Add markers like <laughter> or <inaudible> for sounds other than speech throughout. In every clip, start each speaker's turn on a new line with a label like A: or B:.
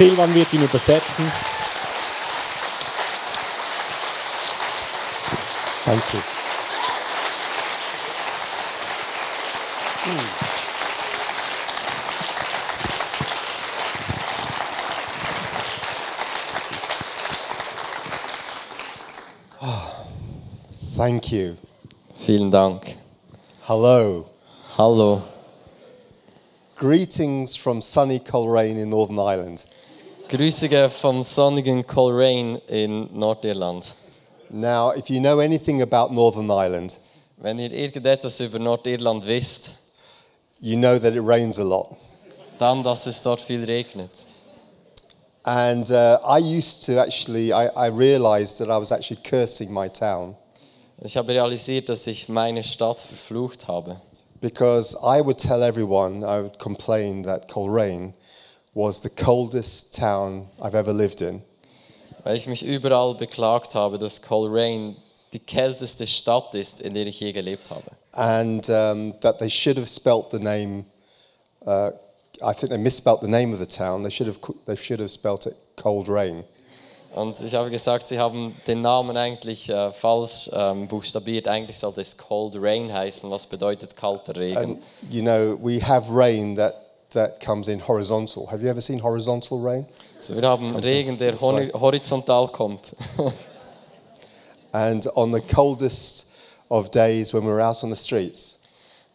A: Tilman wird ihn übersetzen. Danke.
B: Oh, Thank you.
C: Vielen Dank.
B: Hello.
C: Hallo.
B: Greetings from sunny Coleraine in Northern Ireland.
C: Grüßige vom sonnigen Coleraine in Nordirland.
B: Now, if you know anything about Northern Ireland,
C: Wenn ihr irgendetwas über Nordirland wisst,
B: you know that it rains a lot.
C: dann, dass es dort viel regnet.
B: And uh, I used to actually, I, I realized that I was actually cursing my town
C: Ich habe realisiert, dass ich meine Stadt verflucht habe,
B: because I would tell everyone, I would complain that Coleraine was the coldest town I've ever lived in.
C: weil ich mich überall beklagt habe, dass Coleraine die kälteste Stadt ist, in der ich je gelebt habe.
B: and um, that they should have spelt the name. Uh, I think they misspelt the name of the town. They should have co- they should have spelt it Cold Rain.
C: Und ich habe gesagt, sie haben den Namen eigentlich äh, falsch ähm, buchstabiert. Eigentlich sollte es Cold Rain heißen, was bedeutet kalter Regen.
B: And you know we have rain that that comes in horizontal. Have you ever seen horizontal rain?
C: So, wir haben Regen, der
B: That's right.
C: honi- horizontal kommt.
B: And on the coldest of days when we're out on the streets,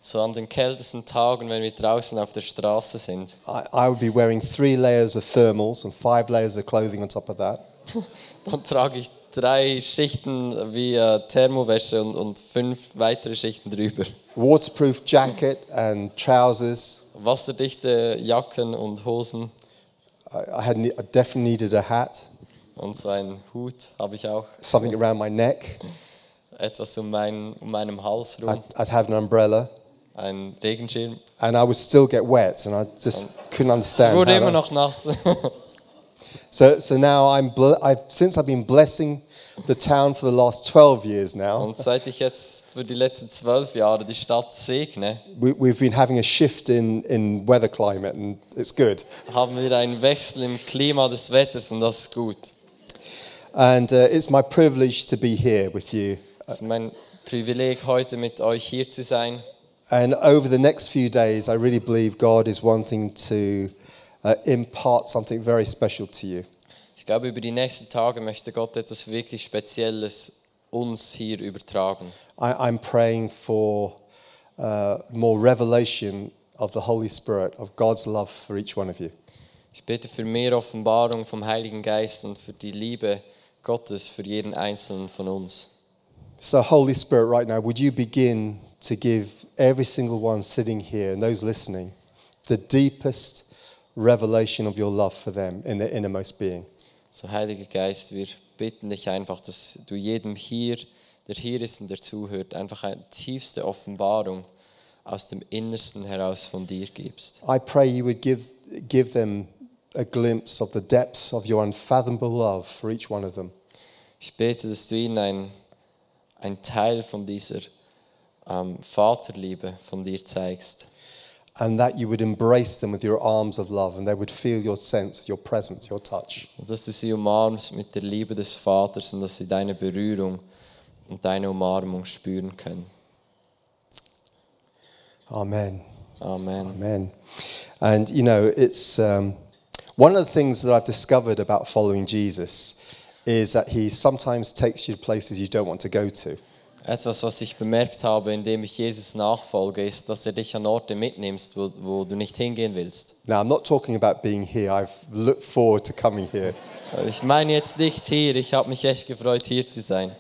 C: So an den kältesten Tagen, wenn wir draußen auf der Straße sind,
B: I, I would be wearing three layers of thermals and five layers of clothing on top of that.
C: dann trage ich drei Schichten wie äh, Thermowäsche und, und fünf weitere Schichten drüber.
B: Waterproof jacket and trousers.
C: Wasserdichte Jacken und Hosen
B: I, I had ne- I definitely needed a hat,
C: und so einen Hut habe ich auch.
B: something around my neck.
C: Etwas um, meinen, um meinem Hals
B: I'd,
C: rum,
B: I'd have an umbrella,
C: ein Regenschirm.
B: and I would still get wet, and I just couldn't understand.
C: Wurde
B: how
C: immer
B: that-
C: noch nass. <laughs>
B: so, so now I'm bl- I've, since I've been blessing the town for the last 12 years now,
C: Und seit ich jetzt für die letzten zwölf Jahre die Stadt segne,
B: we, we've been having a shift in, in weather climate, and it's good.
C: haben wir einen Wechsel im Klima des Wetters und das ist gut.
B: And uh, it's my privilege to be here with you.
C: Es ist mein Privileg, heute mit euch hier zu sein.
B: And over the next few days, I really believe God is wanting to uh, impart something very special to you.
C: Ich glaube, über die nächsten Tage möchte Gott etwas wirklich Spezielles uns hier übertragen.
B: I, I'm praying for uh, more revelation of the Holy Spirit, of God's love for each one of you.
C: Ich bete für mehr Offenbarung vom Heiligen Geist und für die Liebe Gottes für jeden Einzelnen von uns.
B: So, Holy Spirit, right now, would you begin to give every single one sitting here and those listening the deepest revelation of your love for them in their innermost being?
C: So, Heiliger Geist, wir bitten dich einfach, dass du jedem hier, der hier ist und der zuhört, einfach eine tiefste Offenbarung aus dem Innersten heraus von dir gibst.
B: I pray you would give, give them a glimpse of the depths of your unfathomable love for each one of them.
C: Ich bete, dass du ihnen ein, ein Teil von dieser ähm, Vaterliebe von dir zeigst
B: And that you would embrace them with your arms of love and they would feel your sense, your presence, your touch.
C: und dass du sie umarmst mit der Liebe des Vaters und dass sie deine Berührung und deine Umarmung spüren können.
B: Amen.
C: Amen.
B: Amen. And you know, it's um, one of the things that I've discovered about following Jesus is that he sometimes takes you to places you don't want to go to.
C: Etwas, was ich bemerkt habe, indem ich Jesus nachfolge, ist, dass er dich an Orte mitnimmst, wo, wo du nicht hingehen willst.
B: Now, I'm not talking about being here. I've looked forward to coming here.
C: Ich meine jetzt nicht hier, ich habe mich echt gefreut, hier zu sein.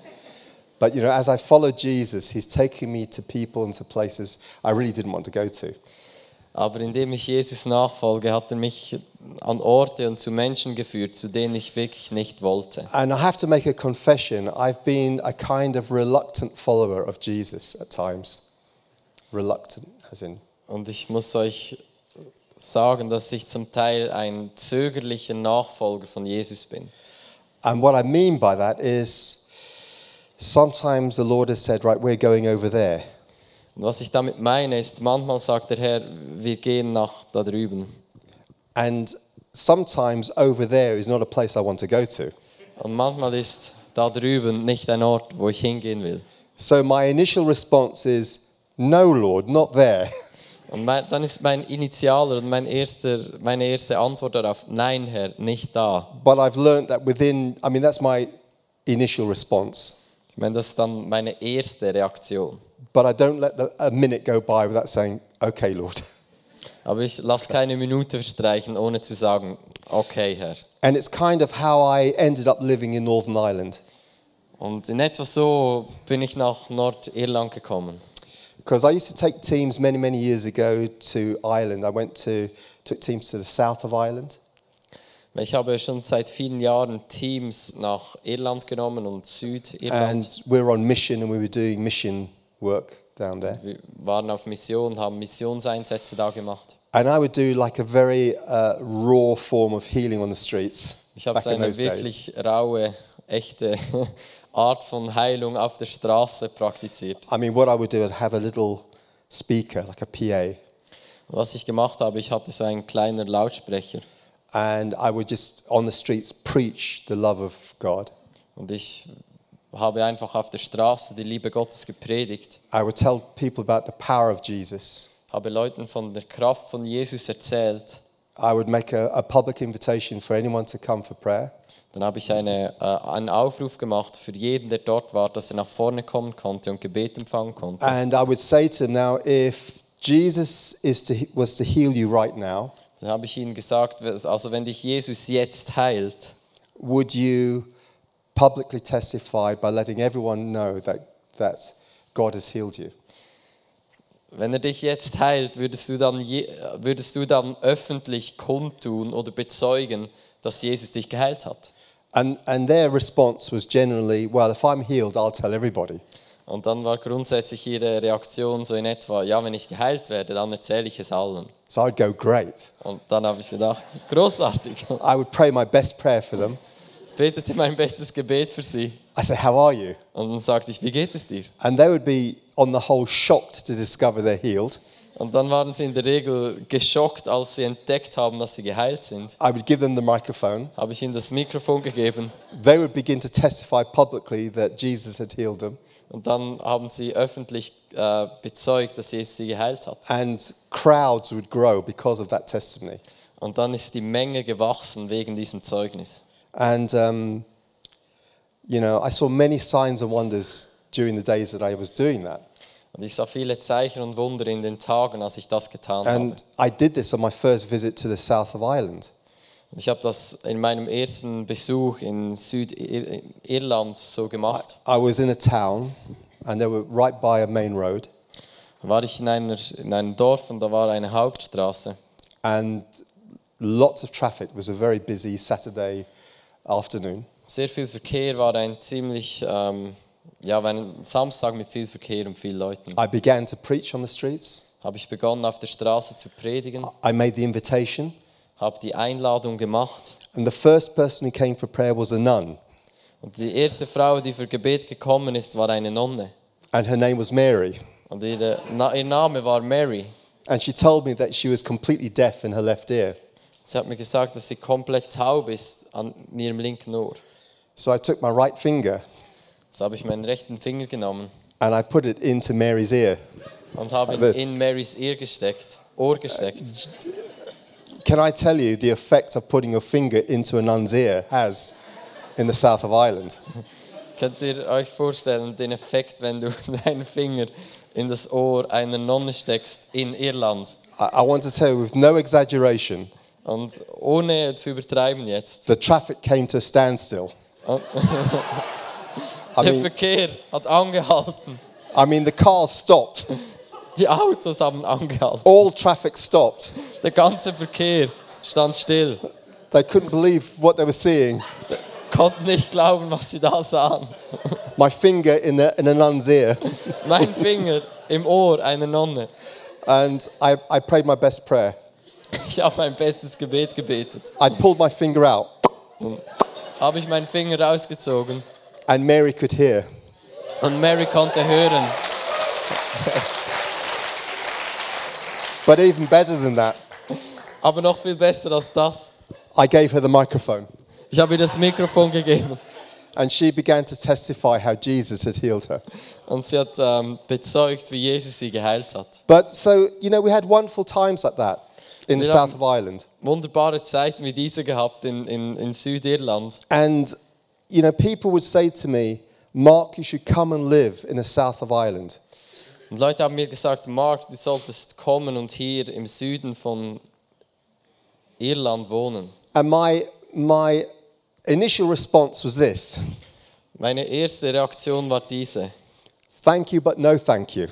B: But you know, as I follow Jesus, he's taking me to people and to places I really didn't want to go to.
C: Aber indem ich Jesus nachfolge, hat er mich an Orte und zu Menschen geführt, zu denen ich wirklich nicht wollte.
B: And I have to make a confession. I've been a kind of reluctant follower of Jesus at times. Reluctant, as in
C: Und ich muss euch sagen, dass ich zum Teil ein zögerlicher Nachfolger von Jesus bin.
B: And what I mean by that is sometimes the Lord has said, right, we're going over there.
C: Und was ich damit meine, ist, manchmal sagt der Herr, wir gehen nach da drüben.
B: And sometimes over there is not a place I want to go to.
C: Und manchmal ist da drüben nicht ein Ort, wo ich hingehen will.
B: So my initial response is, No, Lord, not there. <laughs>
C: Und mein, dann ist mein Initialer und mein erster, meine erste Antwort darauf, nein Herr, nicht da.
B: But I've learnt that within, I mean, that's my initial response.
C: Ich meine, das ist dann meine erste Reaktion.
B: But I don't let the, a minute go by without saying, Okay, Lord. <laughs>
C: Aber ich lasse keine Minute verstreichen, ohne zu sagen, okay Herr.
B: And it's kind of how I ended up living in Northern Ireland.
C: Und in etwa so bin ich nach Nordirland gekommen.
B: Because I used to take teams many, many years ago to Ireland. I went to, took teams to the south of Ireland.
C: Ich habe schon seit vielen Jahren Teams nach Irland genommen und Südirland.
B: And we were on mission and we were doing mission work down there.
C: Wir waren auf Mission, haben Missionseinsätze da gemacht.
B: And I would do like a very uh, raw form of healing on the streets
C: Ich habe
B: back in
C: eine
B: those days.
C: wirklich raue, echte <laughs> Art von Heilung auf der Straße praktiziert.
B: I mean, what I would do is have a little speaker, like a PA,
C: Was ich gemacht habe, ich hatte so einen kleinen Lautsprecher
B: and I would just on the streets preach the love of God.
C: und ich habe einfach auf der Straße die Liebe Gottes gepredigt,
B: I would tell people about the power of Jesus.
C: habe Leuten von der Kraft von Jesus erzählt.
B: I would make a, a public invitation for anyone to come for prayer.
C: Dann habe ich eine, äh, einen Aufruf gemacht für jeden, der dort war, dass er nach vorne kommen konnte und Gebet empfangen konnte.
B: And I would say to them now, if Jesus is to, was to heal you right now,
C: Dann habe ich ihnen gesagt, also wenn dich Jesus jetzt heilt,
B: would you publicly testify by letting everyone know that, that God has healed you?
C: Wenn er dich jetzt heilt, würdest du dann, je, würdest du dann öffentlich kundtun oder bezeugen, dass Jesus dich geheilt hat?
B: And, and their response was generally, well, if I'm healed, I'll tell everybody.
C: Und dann war grundsätzlich ihre Reaktion so in etwa, ja, wenn ich geheilt werde, dann erzähle ich es allen.
B: So I'd go, great.
C: Und dann habe ich gedacht, <laughs> großartig,
B: I would pray my best prayer for them.
C: betete mein bestes Gebet für sie.
B: I said, how are you?
C: Und dann sagte ich, wie geht es dir?
B: And they would be, on the whole, shocked to discover they're healed.
C: Und dann waren sie in der Regel geschockt, als sie entdeckt haben, dass sie geheilt sind.
B: I would give them the microphone.
C: Habe ich ihnen das Mikrofon gegeben
B: They would begin to testify publicly that Jesus had healed them.
C: und dann haben sie öffentlich äh, bezeugt, dass Jesus sie geheilt hat.
B: And crowds would grow because of that testimony.
C: Und dann ist die Menge gewachsen wegen diesem Zeugnis.
B: And, um, you know, I saw many signs and wonders during the days that I was doing that.
C: Und ich sah viele Zeichen und Wunder in den Tagen, als ich das getan habe.
B: And I did this on my first visit to the south of Ireland.
C: Und ich habe das in meinem ersten Besuch in Südirland so gemacht.
B: I was in a town, and they were right by a main road,
C: Da war ich in, einer, in einem Dorf und da war eine Hauptstraße.
B: and lots of traffic. It was a very busy Saturday afternoon.
C: Sehr viel Verkehr war ein ziemlich, ähm, ja, war ein Samstag mit viel Verkehr und vielen Leuten.
B: I began to preach on the streets.
C: Habe ich begonnen, auf der Straße zu predigen,
B: I made the invitation,
C: habe die Einladung gemacht.
B: and the first person who came for prayer was a nun,
C: Und die erste Frau, die für Gebet gekommen ist, war eine Nonne.
B: and her name was Mary.
C: Und ihre, na, ihr Name war Mary.
B: And she told me that she was completely deaf in her left ear.
C: Sie hat mir gesagt, dass sie komplett taub ist an in ihrem linken Ohr.
B: So I took my right finger
C: Das habe ich meinen rechten Finger genommen
B: and I put it into Mary's ear.
C: und habe ihn
B: That's-
C: in Marys Ear gesteckt, Ohr gesteckt.
B: Can I tell you the effect of putting your finger into a nun's ear has in the south of Ireland?
C: Könnt ihr euch vorstellen, den Effekt, wenn du <laughs> deinen Finger in das Ohr einer Nonne steckst in Irland?
B: I, I want to tell you with no exaggeration,
C: Und ohne zu übertreiben jetzt.
B: the traffic came to a standstill. I
C: <laughs> Der
B: mean,
C: Verkehr hat angehalten.
B: I mean, the cars stopped.
C: Die Autos haben angehalten.
B: All traffic stopped.
C: Der ganze Verkehr stand still.
B: They couldn't believe what they were seeing.
C: Konnten nicht glauben, was sie da sahen.
B: My finger in, the, in a nun's ear.
C: Mein Finger im Ohr einer Nonne.
B: And I, I prayed my best prayer.
C: Ich habe mein bestes Gebet gebetet.
B: I pulled my finger out,
C: Habe ich meinen Finger rausgezogen
B: and Mary could hear.
C: und Mary konnte hören.
B: But even better than that,
C: Aber noch viel besser als das.
B: I gave her the microphone
C: Ich habe ihr das Mikrofon gegeben
B: and she began to testify how Jesus had healed her.
C: und sie hat ähm, bezeugt, wie Jesus sie geheilt hat.
B: But so, you know, we had wonderful times like that in the
C: Yeah.
B: south of Ireland.
C: Wunderbare Zeiten wie diese gehabt in, in, in Südirland.
B: And, you know, people would say to me, Mark, you should come and live in the south of Ireland.
C: Und Leute haben mir gesagt, Mark, du solltest kommen und hier im Süden von Irland wohnen.
B: And my, my initial response was this
C: Meine erste Reaktion war diese.
B: thank you, but no thank you.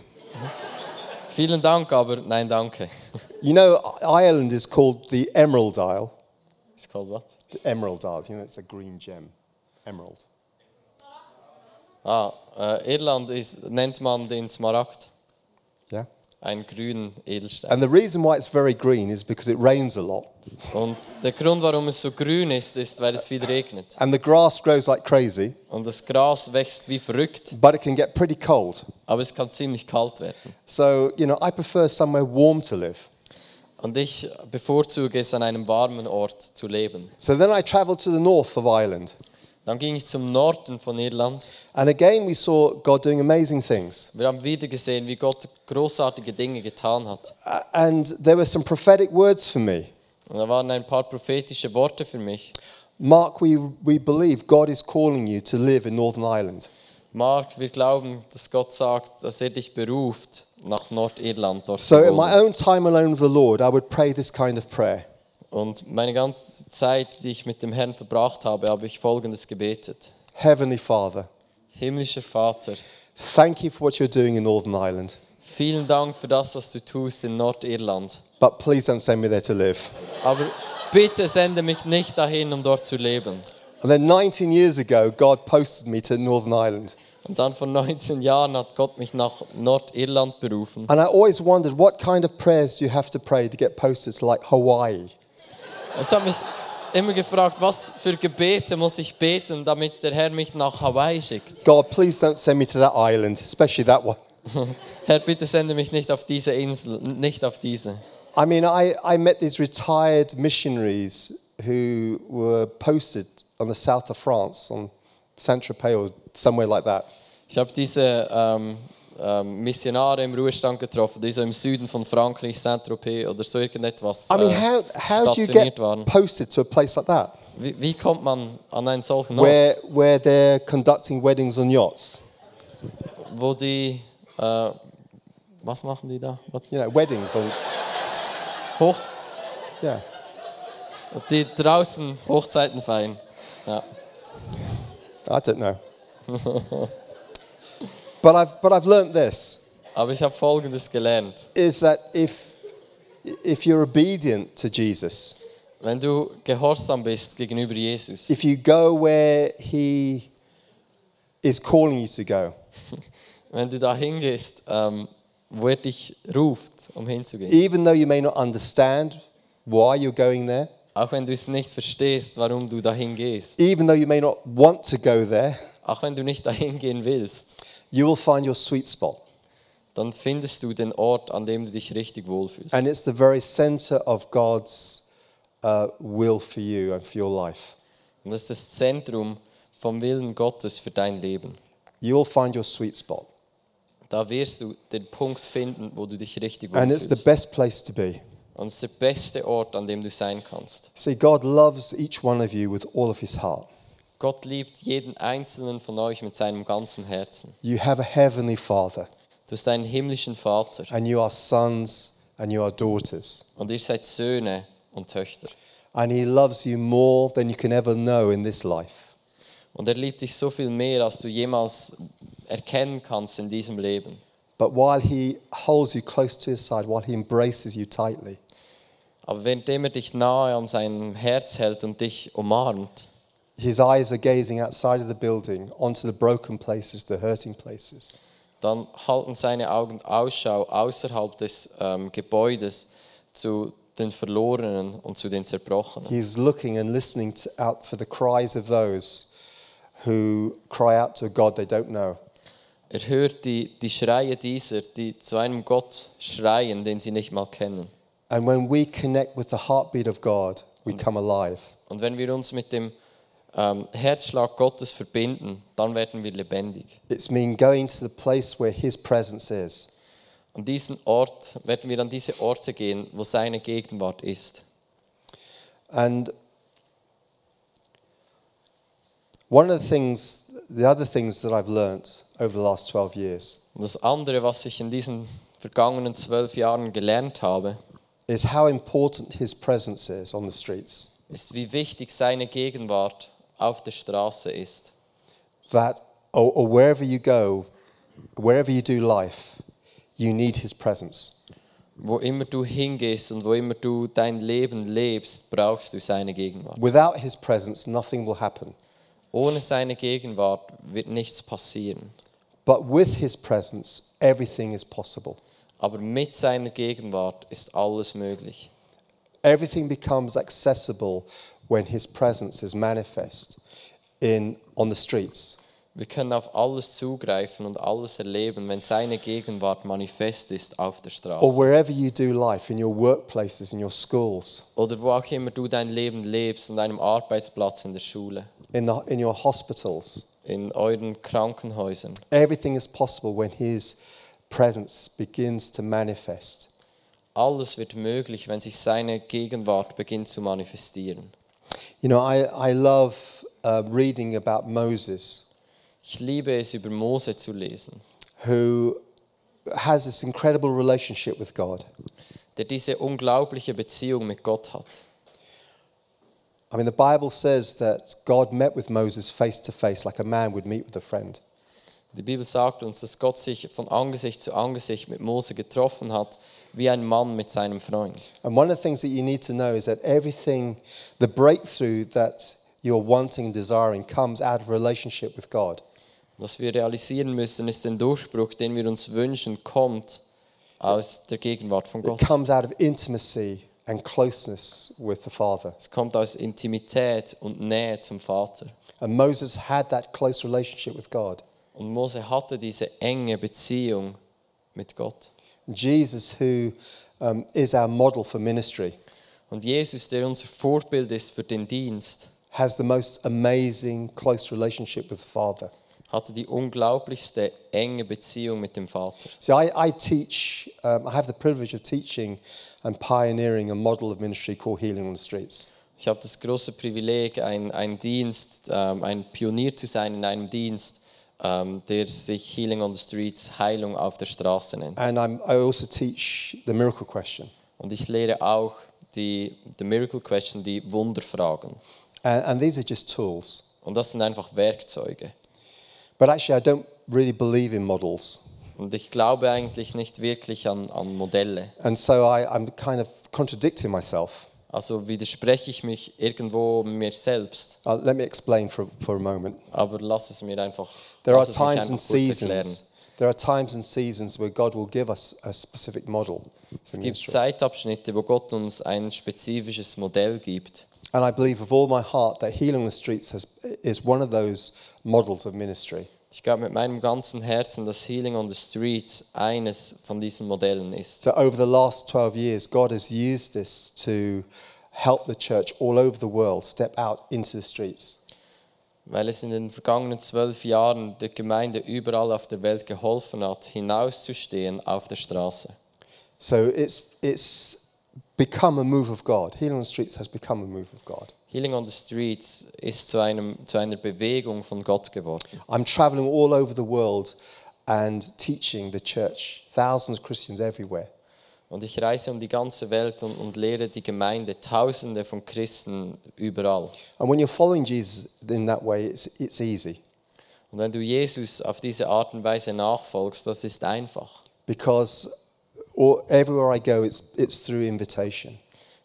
C: Vielen Dank, aber nein, danke. <laughs>
B: You know, Ireland is called the Emerald Isle.
C: It's called what?
B: The Emerald Isle, you know, it's a green gem. Emerald.
C: Ah, äh, Irland ist, nennt man den Smaragd,
B: Yeah.
C: einen grünen Edelstein.
B: And the reason why it's very green is because it rains a lot
C: Und der Grund, warum es so grün ist, ist, weil es viel regnet.
B: and the grass grows like crazy,
C: Und das Gras wächst wie verrückt,
B: but it can get pretty cold.
C: aber es kann ziemlich kalt werden.
B: So, you know, I prefer somewhere warm to live.
C: Und ich bevorzuge es, an einem warmen Ort zu leben.
B: So then I traveled to the north of Ireland.
C: Dann ging ich zum Norden von Irland.
B: And again, we saw God doing amazing things.
C: Wir haben wieder gesehen, wie Gott großartige Dinge getan hat.
B: Uh, and there were some prophetic words for me.
C: Und da waren ein paar prophetische Worte für mich.
B: Mark, we, we believe God is calling you to live in Northern Ireland.
C: Mark, wir glauben, dass Gott sagt, dass er dich beruft, nach Nordirland dort
B: So,
C: zu
B: in my
C: wohnen.
B: own time alone with the Lord, I would pray this kind of prayer
C: Und meine ganze Zeit, die ich mit dem Herrn verbracht habe, habe ich Folgendes gebetet.
B: Heavenly Father,
C: Himmlischer Vater,
B: thank you for what you're doing in Northern Ireland,
C: vielen Dank für das, was du tust in Nordirland.
B: but please don't send me there to live.
C: Aber bitte sende mich nicht dahin, um dort zu leben.
B: And then 19 years ago, God posted me to Northern Ireland.
C: Und dann vor 19 Jahren hat Gott mich nach Nordirland berufen.
B: And I always wondered what kind of prayers do you have to pray to get posted to like Hawaii?
C: Ich habe mich immer gefragt, was für Gebete muss ich beten, damit der Herr mich nach Hawaii schickt.
B: God, please don't send me to that island, especially that one.
C: Herr, bitte sende mich nicht auf diese Insel, n- nicht auf diese.
B: I mean, I, I met these retired missionaries who were posted on the south of France, on Saint-Tropez or somewhere like that.
C: Ich habe diese ähm, ähm, Missionare im Ruhestand getroffen, die so im Süden von Frankreich, Saint-Tropez oder so irgendetwas
B: I mean,
C: äh,
B: how, how do you
C: stationiert
B: get
C: waren.
B: posted to a place like that
C: Wie, wie kommt man an einen solchen Ort,
B: where, where they're conducting weddings on yachts?
C: wo die... Äh, was machen die da? Was-
B: You know, weddings on,
C: Hoch,
B: yeah.
C: die draußen Hochzeiten feiern. Ja.
B: I don't know. but I've but I've learnt this
C: Aber ich habe Folgendes gelernt.
B: is that if if you're obedient to Jesus,
C: Wenn du gehorsam bist gegenüber Jesus,
B: if you go where he is calling you to go,
C: wenn du da hingehst, ähm, wo er dich ruft, um hinzugehen,
B: even though you may not understand why you're going there,
C: auch wenn du es nicht verstehst, warum du dahin gehst,
B: even though you may not want to go there,
C: auch wenn du nicht dahin gehen willst,
B: you will find your sweet spot.
C: dann findest du den Ort, an dem du dich richtig wohlfühlst.
B: And it's the very center of God's uh, will for you and for your life.
C: Und das ist das Zentrum vom Willen Gottes für dein Leben.
B: You'll find your sweet spot.
C: Da wirst du den Punkt finden, wo du dich richtig
B: And it's the
C: wohlfühlst.
B: best place to be.
C: Und es ist der beste Ort, an dem du sein kannst.
B: See, God loves each one of you with all of his heart.
C: Gott liebt jeden einzelnen von euch mit seinem ganzen Herzen.
B: You have a heavenly father,
C: Du bist deinen himmlischen Vater.
B: and you are sons and you are daughters.
C: Und ihr seid Söhne und Töchter.
B: And he loves you more than you can ever know in this life.
C: Und er liebt dich so viel mehr, als du jemals erkennen kannst in diesem Leben.
B: But while he holds you close to his side, while he embraces you tightly,
C: Aber währenddem er dich nahe an seinem Herz hält und dich umarmt,
B: his eyes are gazing outside of the building onto the broken places, the hurting places.
C: dann halten seine Augen Ausschau außerhalb des ähm, Gebäudes zu den Verlorenen und zu den Zerbrochenen.
B: He is looking and listening to, out for the cries of those who cry out to a God they don't know.
C: Er hört die, die Schreie dieser, die zu einem Gott schreien, den sie nicht mal kennen.
B: And when we connect with the heartbeat of God, we come alive.
C: Und wenn wir uns mit dem ähm, Herzschlag Gottes verbinden, dann werden wir lebendig.
B: It's mean going to the place where His presence is.
C: An diesen Ort werden wir an diese Orte gehen, wo seine Gegenwart ist.
B: And one of the things, the other things that I've learnt over the last 12 years
C: Und das andere, was ich in diesen vergangenen zwölf Jahren gelernt habe,
B: is how important His presence is on the streets.
C: ist, wie wichtig seine Gegenwart auf der Straße ist.
B: That, or, or wherever you go, wherever you do life, you need His presence.
C: Wo immer du hingehst und wo immer du dein Leben lebst, brauchst du seine Gegenwart.
B: Without His presence, nothing will happen.
C: Ohne seine Gegenwart wird nichts passieren.
B: But with His presence, everything is possible.
C: Aber mit seiner Gegenwart ist alles möglich.
B: Everything becomes accessible when His presence is manifest in, on the streets.
C: Wir können auf alles zugreifen und alles erleben, wenn seine Gegenwart manifest ist auf der
B: or
C: Straße.
B: wherever you do life, in your workplaces, in your schools,
C: Oder wo auch immer du dein Leben lebst, an deinem Arbeitsplatz, in der Schule,
B: in, the, in your hospitals.
C: in euren Krankenhäusern.
B: Everything is possible when His presence begins to manifest.
C: Alles wird möglich, wenn sich seine Gegenwart beginnt zu manifestieren.
B: You know, I, I love uh, reading about Moses,
C: Ich liebe es, über Mose zu lesen,
B: who has this incredible relationship with God.
C: der diese unglaubliche Beziehung mit Gott hat.
B: I mean, the Bible says that God met with Moses face to face, like a man would meet with a friend.
C: Die Bibel sagt uns, dass Gott sich von Angesicht zu Angesicht mit Mose getroffen hat, wie ein Mann mit seinem Freund.
B: And one of the things that you need to know is that everything, the breakthrough that you're wanting and desiring comes out of relationship with God.
C: Was wir realisieren müssen, ist den Durchbruch, den wir uns wünschen, kommt aus der Gegenwart von
B: It
C: Gott.
B: comes out of intimacy and closeness with the Father.
C: Es kommt aus Intimität und Nähe zum Vater.
B: And Moses had that close relationship with God.
C: Und Mose hatte diese enge Beziehung mit Gott.
B: Jesus, who um, is our model for ministry,
C: Und Jesus, der unser Vorbild ist für den Dienst,
B: has the most amazing close relationship with the Father.
C: hatte die unglaublichste enge Beziehung mit dem Vater.
B: See, I, I teach, um, I have the privilege of teaching and pioneering a model of ministry called Healing on the Streets.
C: Ich habe das große Privileg, ein, ein Dienst, ähm, ein Pionier zu sein in einem Dienst, ähm, der sich Healing on the Streets, Heilung auf der Straße nennt.
B: And I'm, I also teach the miracle question.
C: Und ich lehre auch die the Miracle Question, die Wunderfragen.
B: And, and these are just tools.
C: Und das sind einfach Werkzeuge.
B: But actually, I don't really believe in models.
C: Und ich glaube eigentlich nicht wirklich an, an Modelle.
B: And so I, I'm kind of contradicting myself.
C: Also widerspreche ich mich irgendwo mir selbst.
B: Uh, let me explain for, for a moment.
C: Aber lass es mir einfach.
B: There are
C: lass es mich
B: times and
C: einfach kurz erklären.
B: seasons. There are times and seasons where God will give us a specific model. for
C: Es gibt
B: ministry.
C: Zeitabschnitte, wo Gott uns ein spezifisches Modell gibt.
B: And I believe with all my heart that Healing on the Streets has, is one of those models of ministry.
C: Ich glaube mit meinem ganzen Herzen, dass Healing on the Streets eines von diesen Modellen ist.
B: So over the last 12 years, God has used this to help the church all over the world step out into the streets.
C: Weil es in den vergangenen zwölf Jahren der Gemeinde überall auf der Welt geholfen hat, hinauszustehen auf der Straße.
B: So it's, it's become a move of God. Healing on the Streets has become a move of God.
C: Healing on the Streets ist zu, einem, zu einer Bewegung von Gott geworden.
B: I'm traveling all over the world and teaching the church, thousands of Christians everywhere.
C: Und ich reise um die ganze Welt und, und lehre die Gemeinde, Tausende von Christen überall.
B: And when you're following Jesus in that way, it's, it's easy
C: Und wenn du Jesus auf diese Art und Weise nachfolgst, das ist einfach.
B: because or, everywhere I go, it's, it's through invitation.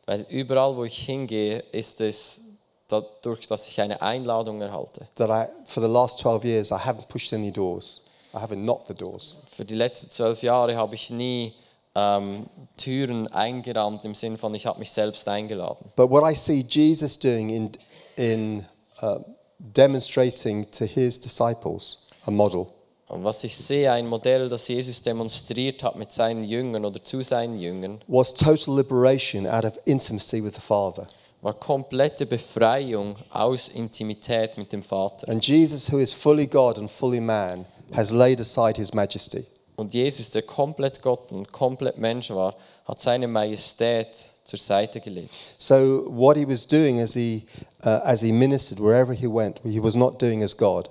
C: Weil überall, wo ich hingehe, ist es dadurch, dass ich eine Einladung erhalte.
B: That I, for the last 12 years, I haven't pushed any doors, I haven't knocked the doors.
C: Für die letzten zwölf Jahre habe ich nie ähm, Türen eingerammt im Sinne von, ich habe mich selbst eingeladen.
B: But what I see Jesus doing in, in uh, demonstrating to his disciples a model
C: Und was ich sehe, ein Modell, das Jesus demonstriert hat mit seinen Jüngern oder zu seinen Jüngern,
B: was total liberation out of intimacy with the Father.
C: war komplette Befreiung aus Intimität mit dem Vater.
B: And Jesus, who is fully God and fully man, has laid aside his majesty.
C: Und Jesus, der komplett Gott und komplett Mensch war, hat seine Majestät zur Seite gelegt.
B: So, what he was doing as he, uh, as he ministered, wherever he went, he was not doing as God.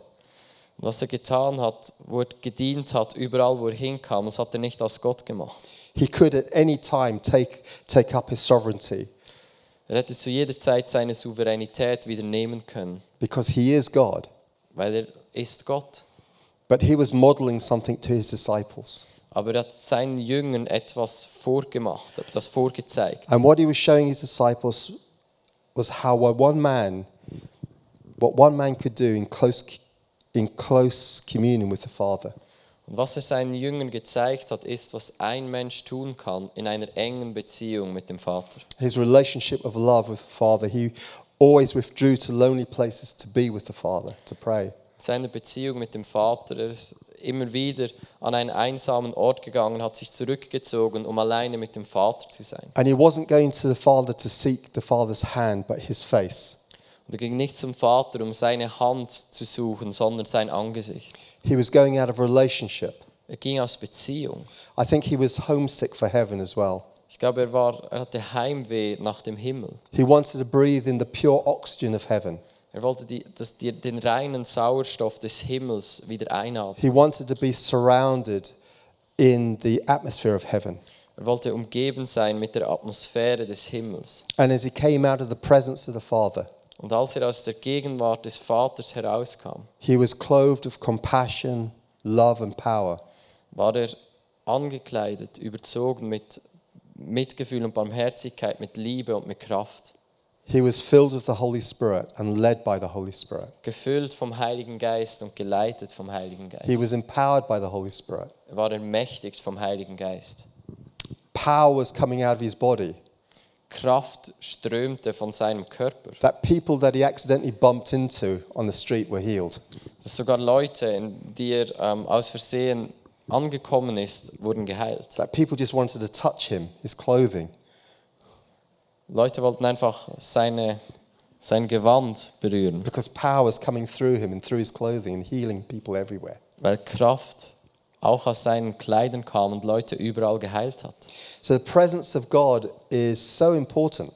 C: Und was er getan hat, wo er gedient hat, überall wo er hinkam, das hat er nicht als Gott gemacht.
B: He could at any time take, take up his sovereignty
C: Er hätte zu jeder Zeit seine Souveränität wieder nehmen können,
B: because he is God.
C: weil er ist Gott.
B: But he was modeling something to his disciples.
C: Aber er hat seinen Jüngern etwas vorgemacht, das vorgezeigt.
B: And what he was showing his disciples was how what one man, what one man could do in close, in close communion with the Father.
C: Und was er seinen Jüngern gezeigt hat, ist, was ein Mensch tun kann in einer engen Beziehung mit dem Vater.
B: His relationship of love with the Father. He always withdrew to lonely places to be with the Father, to pray.
C: In seiner Beziehung mit dem Vater, er ist immer wieder an einen einsamen Ort gegangen, hat sich zurückgezogen, um alleine mit dem Vater zu sein.
B: And he wasn't going to the Father to seek the Father's hand, but his face.
C: Und er ging nicht zum Vater, um seine Hand zu suchen, sondern sein Angesicht.
B: He was going out of relationship.
C: Er ging aus Beziehung.
B: I think he was homesick for heaven as well.
C: Ich glaube, er, war, er hatte Heimweh nach dem Himmel.
B: He wanted to breathe in the pure oxygen of heaven.
C: Er wollte die, das, die, den reinen Sauerstoff des Himmels wieder einatmen.
B: He wanted to be surrounded in the atmosphere of heaven.
C: Er wollte umgeben sein mit der Atmosphäre des Himmels.
B: And as he came out of the presence of the Father,
C: Und als er aus der Gegenwart des Vaters herauskam,
B: he was clothed of compassion, love, and power.
C: war er angekleidet, überzogen mit Mitgefühl und Barmherzigkeit, mit Liebe und mit Kraft,
B: He was filled with the Holy Spirit and led by the Holy Spirit.
C: gefüllt vom Heiligen Geist und geleitet vom Heiligen
B: He
C: Geist.
B: was empowered by the Holy Spirit.
C: Er war ermächtigt vom Heiligen Geist.
B: Power was coming out of his body.
C: Kraft strömte von seinem Körper,
B: That people that he accidentally bumped into on the street were healed.
C: dass sogar Leute, in die er ähm, aus Versehen angekommen ist, wurden geheilt.
B: That people just wanted to touch him, his clothing.
C: Leute wollten einfach seine, sein Gewand berühren,
B: Because power was coming through him and through his clothing and healing people everywhere.
C: weil Kraft auch aus seinen Kleidern kam und Leute überall geheilt hat.
B: So the presence of God is so important.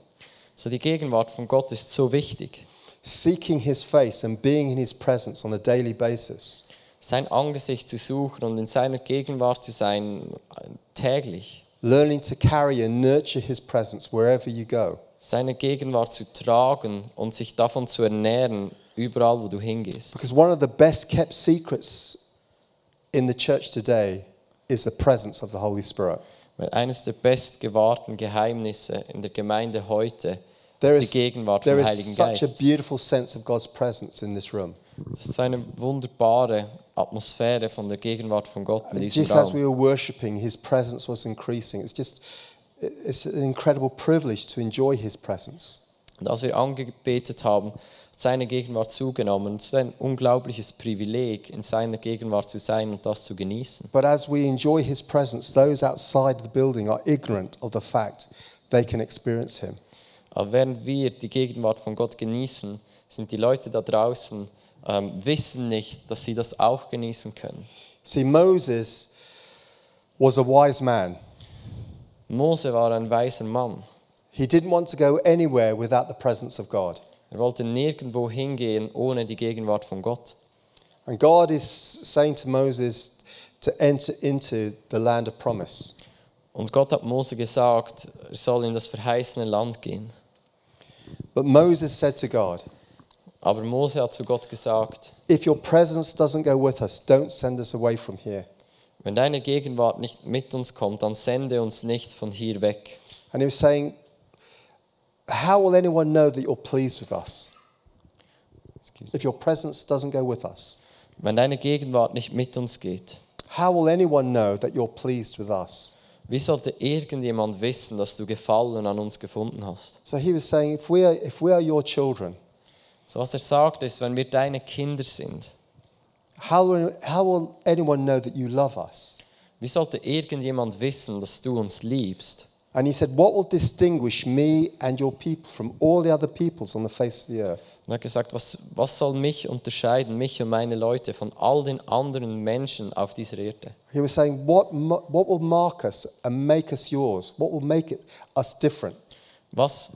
C: So die Gegenwart von Gott ist so wichtig.
B: Seeking his face and being in his presence on a daily basis
C: Sein Angesicht zu suchen und in seiner Gegenwart zu sein äh, täglich.
B: learning to carry and nurture his presence wherever you go.
C: Seine Gegenwart zu tragen und sich davon zu ernähren, überall wo du hingehst.
B: Because one of the best kept secrets in the church today is the presence of the Holy Spirit.
C: Weil eines der bestgewahrten Geheimnisse in der Gemeinde heute
B: There
C: ist die
B: is,
C: Gegenwart
B: there
C: vom
B: is
C: Heiligen
B: such
C: Geist.
B: a beautiful sense of God's presence in this room.
C: Das ist so eine wunderbare Atmosphäre von der Gegenwart von Gott in diesem
B: Just as we
C: Raum.
B: were worshiping, his presence was increasing. It's just it's an incredible privilege to enjoy his presence.
C: Und als wir angebetet haben, hat seine Gegenwart zugenommen. Es ist ein unglaubliches Privileg, in seiner Gegenwart zu sein und das zu genießen.
B: But as we enjoy his presence, those outside the building are ignorant of the fact they can experience him.
C: Aber während wir die Gegenwart von Gott genießen, sind die Leute da draußen, ähm, wissen nicht, dass sie das auch genießen können.
B: See, Moses was a wise man.
C: Mose war ein weiser Mann.
B: He didn't want to go anywhere without the presence of God.
C: Er wollte nirgendwo hingehen ohne die Gegenwart von Gott.
B: And God is saying to Moses to enter into the land of promise.
C: Und Gott hat Mose gesagt, er soll in das verheißene Land gehen.
B: But Moses said to God,
C: Aber Mose hat zu Gott gesagt,
B: If your presence doesn't go with us, don't send us away from here.
C: wenn deine Gegenwart nicht mit uns kommt, dann sende uns nicht von hier weg.
B: And he was saying, How will anyone know that you're pleased with us if your presence doesn't go with us?
C: Wenn deine Gegenwart nicht mit uns geht,
B: How will anyone know that you're pleased with us?
C: wie sollte irgendjemand wissen, dass du Gefallen an uns gefunden hast?
B: So he was saying, If we are, if we are your children,
C: So was er sagt ist, wenn wir deine Kinder sind,
B: how will, how will anyone know that you love us?
C: wie sollte irgendjemand wissen, dass du uns liebst?
B: And he said, What will distinguish me and your people from all the other peoples on the face of the earth?
C: Und er hat gesagt, was, was soll mich unterscheiden, mich und meine Leute von all den anderen Menschen auf dieser Erde?
B: He was saying, What, ma- what will mark us and make us yours? What will make it, us different?
C: Was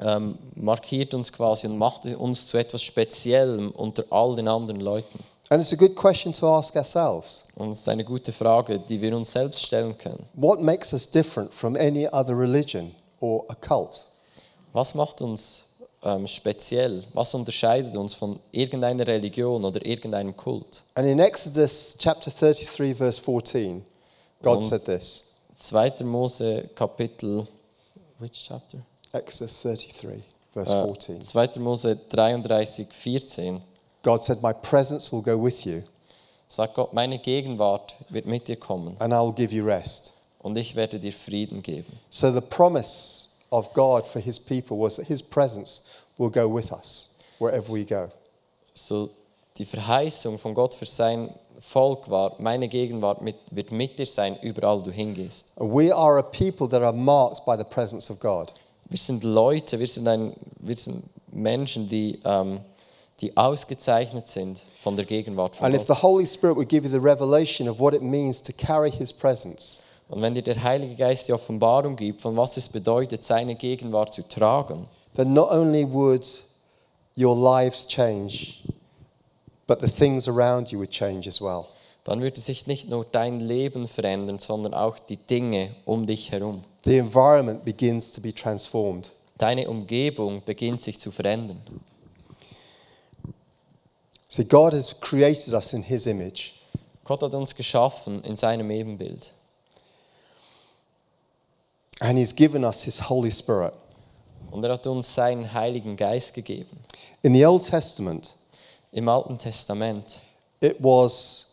C: ähm, markiert uns quasi und macht uns zu etwas Speziellem unter all den anderen Leuten?
B: And it's a good question to ask ourselves.
C: Und es ist eine gute Frage, die wir uns selbst stellen können.
B: What makes us different from any other religion or a cult?
C: Was macht uns ähm, speziell? Was unterscheidet uns von irgendeiner Religion oder irgendeinem Kult?
B: And in Exodus chapter 33, verse 14, God
C: Und-
B: said this
C: 2. Mose Kapitel which chapter?
B: Exodus 33, verse 14.
C: 2. Mose 33 14
B: God said, My presence will go with you,
C: sagt Gott, meine Gegenwart wird mit dir kommen
B: and I will give you rest.
C: und ich werde dir Frieden geben.
B: So the promise of God for his people was that his presence will go with us wherever we go.
C: So die Verheißung von Gott für sein Volk war, meine Gegenwart mit, wird mit dir sein, überall du hingehst.
B: We are a people that are marked by the presence of God.
C: Wir sind Leute, wir sind, ein, wir sind Menschen, die, ähm, die ausgezeichnet sind von der Gegenwart von
B: And if
C: Gott.
B: the Holy Spirit would give you the revelation of what it means to carry his presence,
C: Und wenn dir der Heilige Geist die Offenbarung gibt, von was es bedeutet, seine Gegenwart zu tragen,
B: then not only would your lives change, but the things around you would change as well.
C: dann würde sich nicht nur dein Leben verändern, sondern auch die Dinge um dich herum.
B: The environment begins to be transformed.
C: Deine Umgebung beginnt sich zu verändern.
B: See, God has created us in his image.
C: Gott hat uns geschaffen in seinem Ebenbild
B: And he's given us his Holy Spirit.
C: und er hat uns seinen Heiligen Geist gegeben.
B: In the Old Testament,
C: Im Alten Testament
B: it was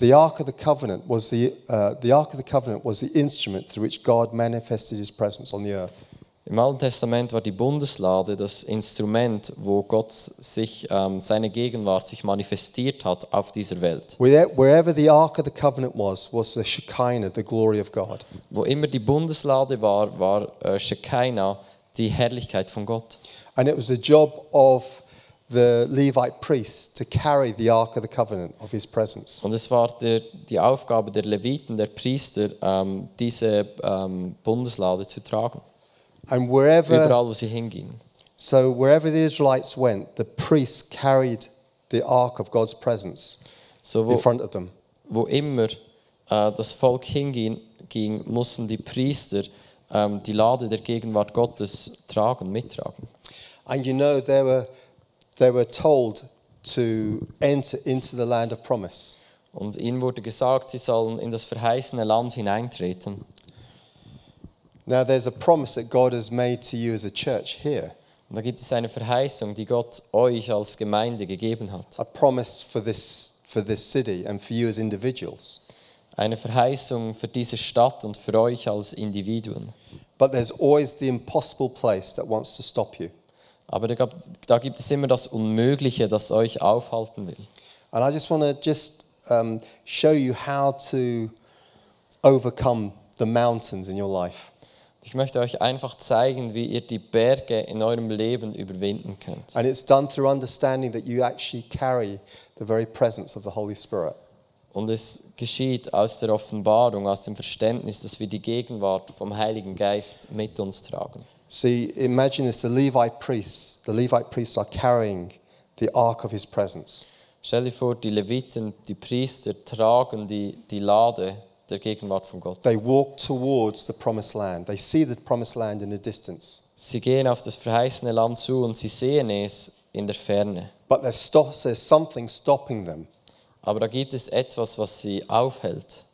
B: the Ark of the Covenant was the, uh, the Ark of the Covenant was the instrument through which God manifested his presence on the earth.
C: Im Alten Testament war die Bundeslade das Instrument, wo Gott sich ähm, seine Gegenwart sich manifestiert hat auf dieser Welt.
B: Where- Wherever the Ark of the Covenant was, was the Shekinah, the glory of God.
C: Wo immer die Bundeslade war, war äh, Shekinah die Herrlichkeit von Gott.
B: And it was the job of the Levite priests to carry the Ark of the Covenant of his presence.
C: Und es war der, die Aufgabe der Leviten, der Priester, ähm, diese ähm, Bundeslade zu tragen.
B: And wherever,
C: Überall, wo sie hingingen.
B: so wherever the Israelites went, the priests carried the Ark of God's presence
C: So,
B: in
C: wo,
B: front of them.
C: wo immer äh, das Volk hinging, ging, mussten die Priester ähm, die Lade der Gegenwart Gottes tragen, mittragen.
B: And you know, they were, they were told to enter into the land of promise.
C: Und ihnen wurde gesagt, sie sollen in das verheißene Land hineintreten.
B: Now, there's a promise that God has made to you as a church here,
C: Und da gibt es eine Verheißung, die Gott euch als Gemeinde gegeben hat.
B: a promise for this, for this city and for you as individuals.
C: Eine Verheißung für diese Stadt und für euch als Individuen.
B: But there's always the impossible place that wants to stop you.
C: Aber da, gab, da gibt es immer das Unmögliche, das euch aufhalten will.
B: And I just want to just um, show you how to overcome the mountains in your life.
C: Ich möchte euch einfach zeigen, wie ihr die Berge in eurem Leben überwinden könnt.
B: And it's done through understanding that you actually carry the very presence of the Holy Spirit.
C: Und es geschieht aus der Offenbarung, aus dem Verständnis, dass wir die Gegenwart vom Heiligen Geist mit uns tragen.
B: See, imagine this the Levite priests, the Levite priests are carrying the ark of his presence.
C: Stell dir vor, die Leviten, die Priester tragen die, die Lade der Gegenwart von Gott.
B: They walk towards the promised land. They see the promised land in the distance,
C: Sie gehen auf das verheißene Land zu und sie sehen es in der Ferne.
B: but there's, stop, there's something stopping them.
C: Aber da gibt es etwas, was sie aufhält.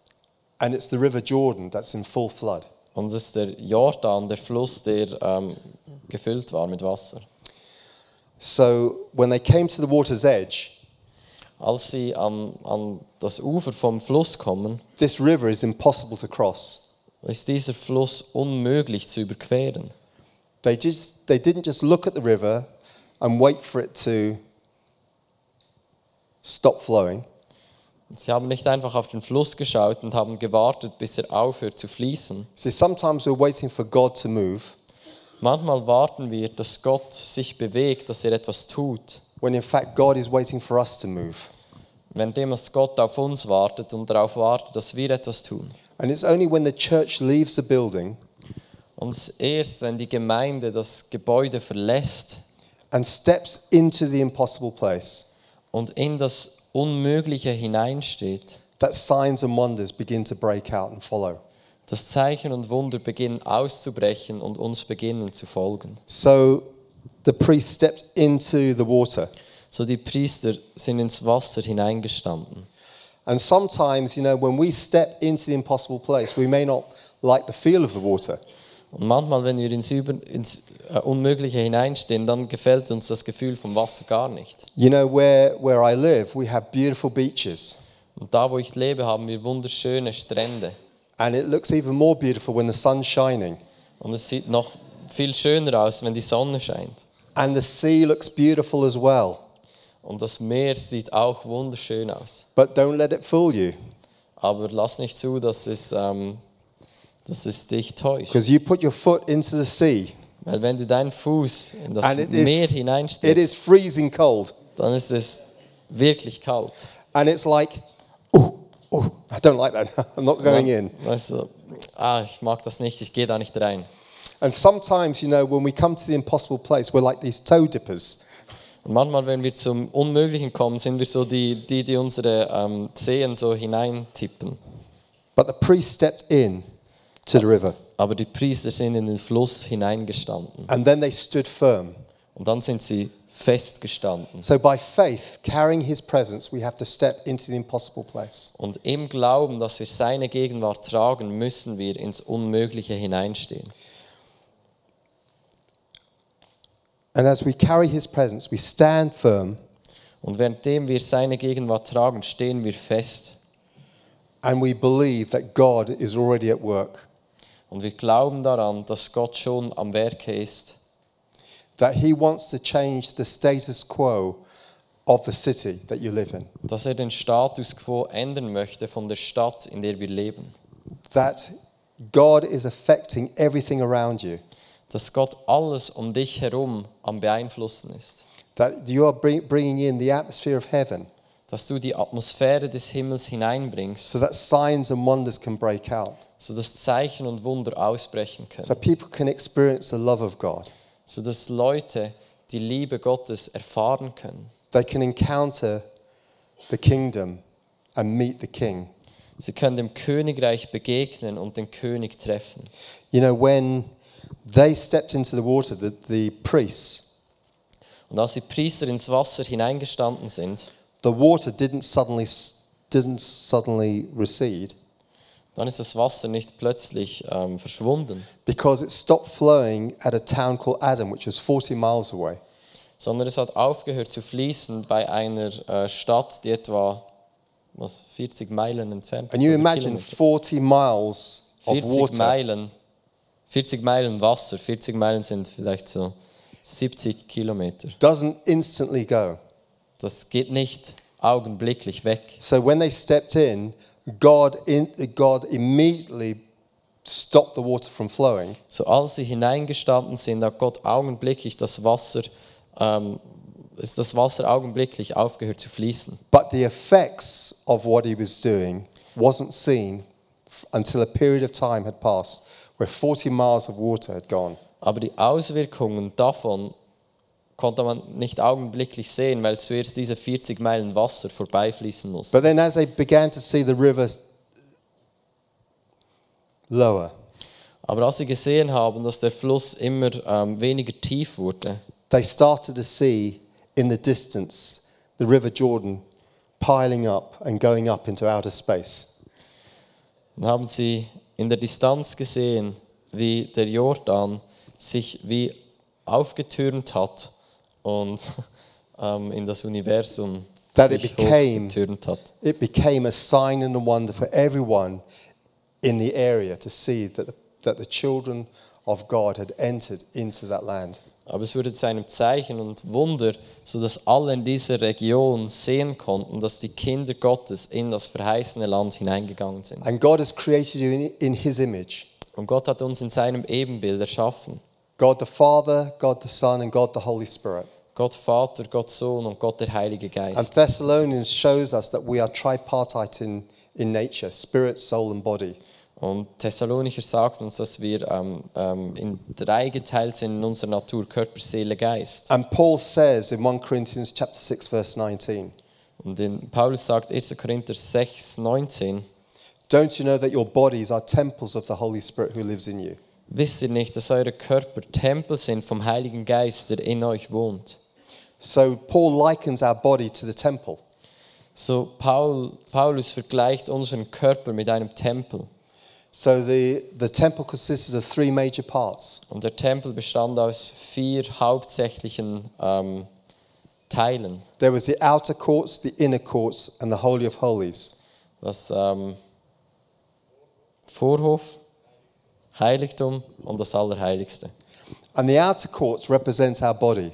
B: And it's the River Jordan that's in full flood.
C: Und es ist der Jordan, der Fluss, der ähm, gefüllt war mit Wasser.
B: So when they came to the water's edge,
C: Als sie an, an das Ufer vom Fluss kommen,
B: this river is impossible to cross.
C: ist dieser Fluss unmöglich zu überqueren.
B: They, just, they didn't just look at the river and wait for it to stop flowing.
C: Und sie haben nicht einfach auf den Fluss geschaut und haben gewartet, bis er aufhört zu fließen.
B: See, sometimes we're waiting for God to move
C: Manchmal warten wir, dass Gott sich bewegt, dass er etwas tut,
B: when in fact God is waiting for us to move.
C: währenddem es Gott auf uns wartet und darauf wartet, dass wir etwas tun.
B: And it's only when the church leaves the building
C: Und erst wenn die Gemeinde das Gebäude verlässt
B: and steps into the impossible place
C: und in das Unmögliche hineinsteht,
B: that signs and wonders begin to break out and follow.
C: dass Zeichen und Wunder beginnen auszubrechen und uns beginnen zu folgen.
B: So the priest stepped into the water.
C: So die Priester sind ins Wasser hineingestanden.
B: And sometimes, you know, when we step into the impossible place, we may not like the feel of the water.
C: Und manchmal, wenn wir ins, Über ins äh, Unmögliche hineinstehen, dann gefällt uns das Gefühl vom Wasser gar nicht.
B: You know, where, where I live, we have beautiful beaches.
C: Und da, wo ich lebe, haben wir wunderschöne Strände.
B: And it looks even more beautiful when the sun's shining.
C: Und es sieht noch viel schöner aus, wenn die Sonne scheint.
B: And the sea looks beautiful as well.
C: Und das Meer sieht auch wunderschön aus.
B: But don't let it fool you,
C: Aber lass nicht zu, dass es, ähm, dass es dich täuscht.
B: because you put your foot into the sea
C: Weil wenn du deinen Fuß in das
B: and it is,
C: Meer
B: it is
C: hineinsteckst,
B: freezing cold.
C: dann ist es wirklich kalt.
B: And it's like, oh, oh, I don't like that. <laughs> I'm not going in.
C: Weißt du, ah, ich mag das nicht, ich gehe da nicht rein.
B: And sometimes, you know, when we come to the impossible place, we're like these toe dippers.
C: Und manchmal, wenn wir zum Unmöglichen kommen, sind wir so die, die, die unsere ähm, Zehen so hineintippen.
B: But the priest stepped in to the river,
C: Aber die Priester sind in den Fluss hineingestanden.
B: and then they stood firm.
C: Und dann sind sie festgestanden.
B: So by faith, carrying his presence, we have to step into the impossible place.
C: Und im Glauben, dass wir seine Gegenwart tragen, müssen wir ins Unmögliche hineinstehen.
B: And as we carry his presence, we stand firm
C: Und währenddem wir seine Gegenwart tragen, stehen wir fest.
B: and we believe that God is already at work,
C: Und wir glauben daran, dass Gott schon am Werke ist,
B: that he wants to change the status quo of the city that you live in,
C: dass er den Status quo ändern möchte von der Stadt, in der wir leben.
B: that God is affecting everything around you,
C: Dass Gott alles um dich herum am Beeinflussen ist.
B: that you are bring, bringing in the atmosphere of heaven
C: Dass du die Atmosphäre des Himmels hineinbringst,
B: so that signs and wonders can break out.
C: sodass Zeichen und Wunder ausbrechen können.
B: So people can experience the love of God.
C: sodass Leute die Liebe Gottes erfahren können.
B: They can encounter the kingdom and meet the king.
C: Sie können dem Königreich begegnen und den König treffen.
B: You know, when they stepped into the water, the, the priests,
C: Und als die Priester ins Wasser hineingestanden sind,
B: the water didn't suddenly, s- didn't suddenly recede
C: dann ist das Wasser nicht plötzlich ähm, verschwunden,
B: because it stopped flowing at a town called Adam, which was 40 miles away.
C: sondern es hat aufgehört zu fließen bei einer äh, Stadt, die etwa was, 40 Meilen entfernt
B: And you
C: oder
B: imagine
C: Kilometer.
B: 40 miles of
C: 40
B: water.
C: Meilen, 40 Meilen Wasser, 40 Meilen sind vielleicht so 70 Kilometer.
B: Doesn't instantly go.
C: Das geht nicht augenblicklich weg.
B: So when they stepped in, God, in, God immediately stopped the water from flowing.
C: So als sie hineingestanden sind, hat Gott augenblicklich das Wasser, ähm, ist das Wasser augenblicklich aufgehört zu fließen.
B: But the effects of what he was doing wasn't seen f- until a period of time had passed where 40 miles of water had gone.
C: Aber die Auswirkungen davon konnte man nicht augenblicklich sehen, weil zuerst diese 40 Meilen Wasser vorbeifließen mussten.
B: But then as they began to see the river s- lower,
C: Aber als sie gesehen haben, dass der Fluss immer ähm, weniger tief wurde,
B: they started to see in the distance the River Jordan piling up and going up into outer space.
C: dann haben sie in der Distanz gesehen, wie der Jordan sich wie aufgetürmt hat und <laughs> ähm, in das Universum
B: That it
C: sich
B: became-
C: hochgetürmt hat.
B: It became a sign and a wonder for everyone in the area to see that the, that the children of God had entered into that land.
C: Aber es wurde zu einem Zeichen und Wunder, sodass alle in dieser Region sehen konnten, dass die Kinder Gottes in das verheißene Land hineingegangen sind.
B: And God has created you in, in His image
C: Und Gott hat uns in seinem Ebenbild erschaffen.
B: God the Father, God the Son, and God the Holy Spirit.
C: Gott Vater, Gott Sohn und Gott der Heilige
B: And
C: Geist.
B: Thessalonians shows us that we are tripartite in, in nature spirit, soul, and body.
C: Und Thessalonicher sagt uns, dass wir ähm, ähm, in drei geteilt sind in unserer Natur, Körper, Seele, Geist.
B: And Paul says in 1 Corinthians chapter 6 verse 19,
C: Und in, Paulus sagt 1. Korinther 6, 19,
B: "Don't you know that your bodies are temples of the Holy Spirit who lives in you?"
C: Wisst ihr nicht, dass eure Körper Tempel sind vom Heiligen Geist, der in euch wohnt?
B: So Paul likens our body to the temple.
C: So Paul, Paulus vergleicht unseren Körper mit einem Tempel.
B: So the, the temple consisted of three major parts.
C: Und der Tempel bestand aus vier hauptsächlichen ähm, Teilen.
B: There was the outer courts, the inner courts, and the holy of holies.
C: Das ähm, Vorhof, Heiligtum und das Allerheiligste.
B: And the outer courts represents our body.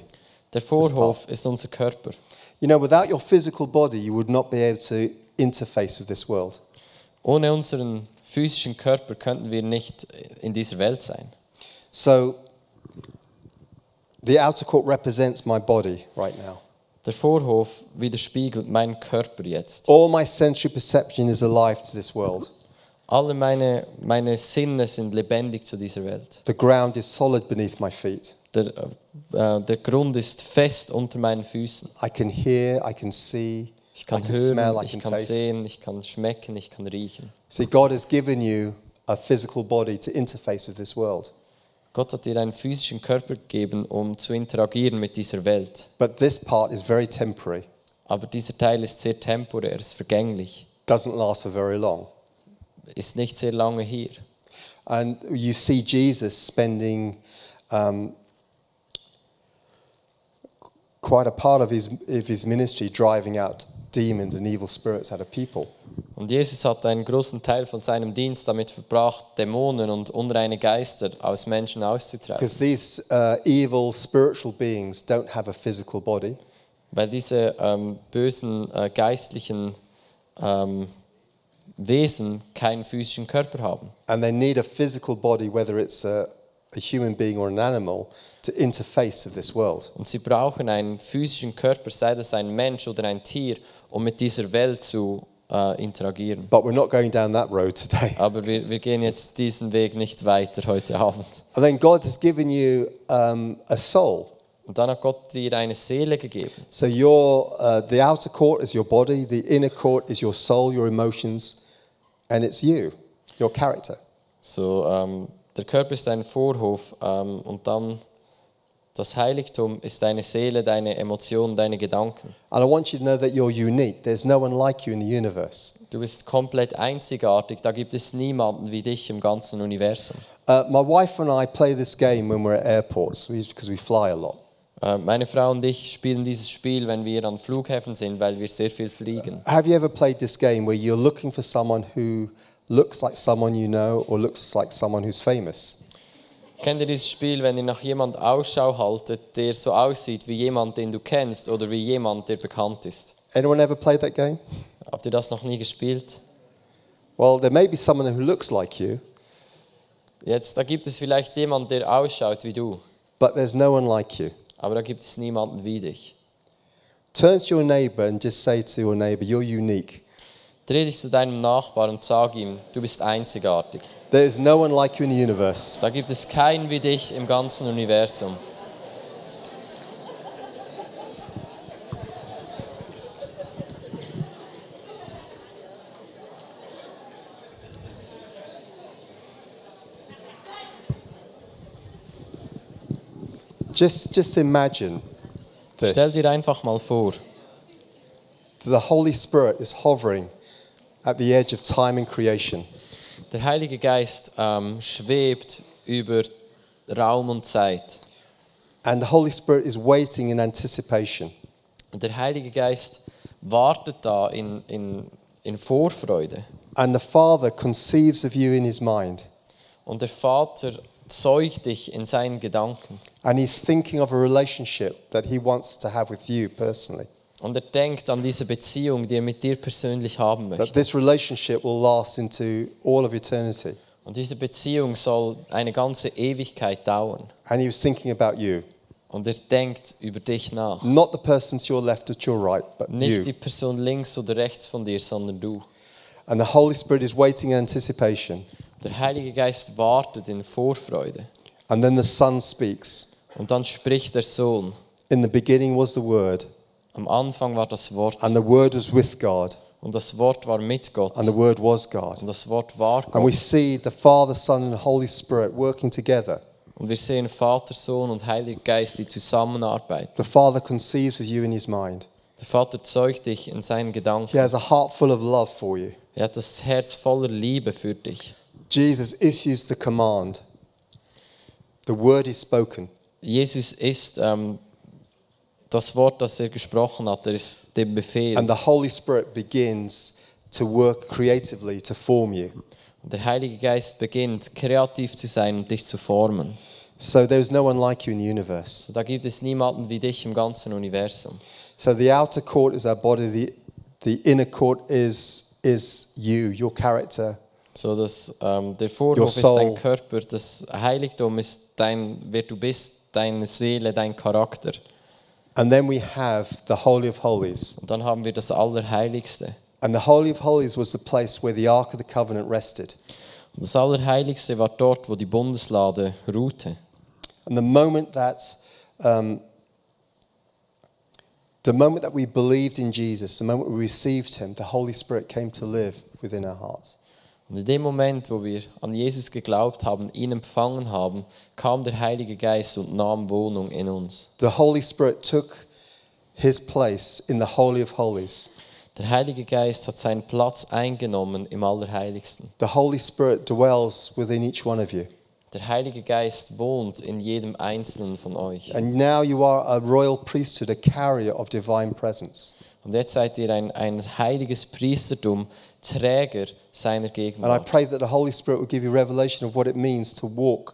C: Der Vorhof ist unser Körper.
B: You know, without your physical body, you would not be able to interface with this world.
C: Ohne unseren physischen Körper könnten wir nicht in dieser Welt sein.
B: So the outer court represents my body right now.
C: Der Vorhof widerspiegelt meinen Körper jetzt.
B: All my sensory perception is alive to this world.
C: Alle meine, meine Sinne sind lebendig zu dieser Welt.
B: The ground is solid beneath my feet.
C: Der, äh, der Grund ist fest unter meinen Füßen.
B: I can hear, I can see,
C: Ich kann
B: I can
C: hören,
B: smell, I
C: ich
B: can
C: kann
B: taste.
C: sehen, ich kann schmecken, ich kann riechen.
B: See, God has given you a physical body to interface with this world.
C: Gott hat dir einen physischen Körper gegeben, um zu interagieren mit dieser Welt.
B: But this part is very temporary,
C: Aber dieser Teil ist sehr temporär, ist vergänglich,
B: doesn't last for very long.
C: ist nicht sehr lange hier.
B: And you see Jesus spending um, quite a part of his, of his ministry driving out demons and evil spirits out of people.
C: Und Jesus hat einen großen Teil von seinem Dienst damit verbracht, Dämonen und unreine Geister aus Menschen auszutreiben.
B: Because these uh, evil spiritual beings don't have a physical body,
C: Weil diese ähm, bösen äh, geistlichen ähm, Wesen keinen physischen Körper haben.
B: and they need a physical body, whether it's a, a human being or an animal, to interface with this world.
C: Und sie brauchen einen physischen Körper, sei das ein Mensch oder ein Tier, um mit dieser Welt zu äh, interagieren.
B: But we're not going down that road today.
C: Aber wir, wir gehen jetzt diesen Weg nicht weiter heute <laughs> Abend.
B: And then God has given you um, a soul.
C: Und dann hat Gott dir eine Seele gegeben.
B: So your uh, the outer court is your body, the inner court is your soul, your emotions, and it's you, your character.
C: So, ähm, der Körper ist ein Vorhof ähm, und dann das Heiligtum ist deine Seele, deine Emotionen, deine Gedanken.
B: And I want you to know that you're unique. There's no one like you in the universe.
C: Du bist komplett einzigartig, da gibt es niemanden wie dich im ganzen Universum.
B: Uh, my wife and I play this game when we're at airports we- because we fly a lot.
C: Äh, Meine Frau und ich spielen dieses Spiel, wenn wir an Flughäfen sind, weil wir sehr viel fliegen.
B: Have you ever played this game where you're looking for someone who looks like someone you know or looks like someone who's famous?
C: Kennt ihr dieses Spiel, wenn ihr nach jemand Ausschau haltet, der so aussieht wie jemand, den du kennst oder wie jemand, der bekannt ist?
B: Anyone ever played that game?
C: Habt ihr das noch nie gespielt?
B: Well, there may be someone who looks like you,
C: Jetzt, da gibt es vielleicht jemanden, der ausschaut wie du,
B: but there's no one like you.
C: aber da gibt es niemanden wie dich.
B: Turn to your neighbor and just say to your neighbor, You're unique.
C: Dreh dich zu deinem Nachbarn und sag ihm, du bist einzigartig.
B: There's no one like you in the universe.
C: Da gibt es keinen wie dich im ganzen Universum.
B: Just, just imagine
C: Stell
B: this.
C: dir einfach mal vor,
B: The Holy Spirit is hovering at the edge of time and creation.
C: der Heilige Geist ähm, schwebt über Raum und Zeit.
B: And the Holy Spirit is waiting in anticipation
C: Und der Heilige Geist wartet da in, in, in Vorfreude.
B: And the Father conceives of you in his mind.
C: Und der Vater zeugt dich in seinen Gedanken.
B: And he's thinking of a relationship that he wants to have with you personally.
C: Und er denkt an diese Beziehung, die er mit dir persönlich haben
B: That
C: möchte.
B: this relationship will last into all of eternity.
C: Und diese Beziehung soll eine ganze Ewigkeit dauern.
B: And he was thinking about you.
C: Und er denkt über dich nach.
B: Not the person to your left or to your right, but
C: Nicht die
B: you.
C: Person links oder rechts von dir, sondern du.
B: And the Holy Spirit is waiting in anticipation.
C: Der Heilige Geist wartet in Vorfreude.
B: And then the Son speaks.
C: Und dann spricht der Sohn.
B: In the beginning was the Word,
C: Am Anfang war das Wort.
B: and the Word was with God,
C: Und das Wort war mit Gott.
B: and the Word was
C: Und
B: God.
C: das Wort war
B: And we
C: Gott.
B: see the Father, Son, and Holy Spirit working together.
C: Und wir sehen Vater, Sohn und Heiliger Geist, die zusammenarbeiten.
B: The Father conceives of you in his mind.
C: Der Vater zeugt dich in seinen Gedanken.
B: He has a heart full of love for you.
C: Er hat das Herz voller Liebe für dich.
B: Jesus issues the command. The word is spoken.
C: Jesus ist ähm, das Wort, das er gesprochen hat, er ist dem Befehl.
B: And the Holy Spirit begins to work creatively to form you.
C: Und der Heilige Geist beginnt, kreativ zu sein und dich zu formen.
B: So there's no one like you in the universe.
C: So, da gibt es niemanden wie dich im ganzen Universum.
B: So the outer court is our body, the, the inner court is, is you, your character.
C: So, dass, ähm, der
B: Your
C: Vorhof ist
B: soul.
C: dein Körper, das Heiligtum ist dein, wer du bist, deine Seele, dein Charakter.
B: And then we have the Holy of Holies.
C: Und dann haben wir das Allerheiligste.
B: And the Holy of Holies was the place where the Ark of the Covenant rested.
C: Und das Allerheiligste war dort, wo die Bundeslade ruhte.
B: And the moment that, um, the moment that we believed in Jesus, the moment we received Him, the Holy Spirit came to live within our hearts.
C: Und in dem Moment, wo wir an Jesus geglaubt haben, ihn empfangen haben, kam der Heilige Geist und nahm Wohnung in uns.
B: The Holy Spirit took His place in the Holy of Holies.
C: Der Heilige Geist hat seinen Platz eingenommen im Allerheiligsten.
B: The Holy Spirit dwells within each one of you,
C: Der Heilige Geist wohnt in jedem Einzelnen von euch.
B: and now you are a royal priesthood, a carrier of divine presence.
C: Und jetzt seid ihr ein, ein heiliges Priestertum, Träger
B: And
C: seiner
B: I
C: Gegenwart.
B: pray that the Holy Spirit will give you revelation of what it means to walk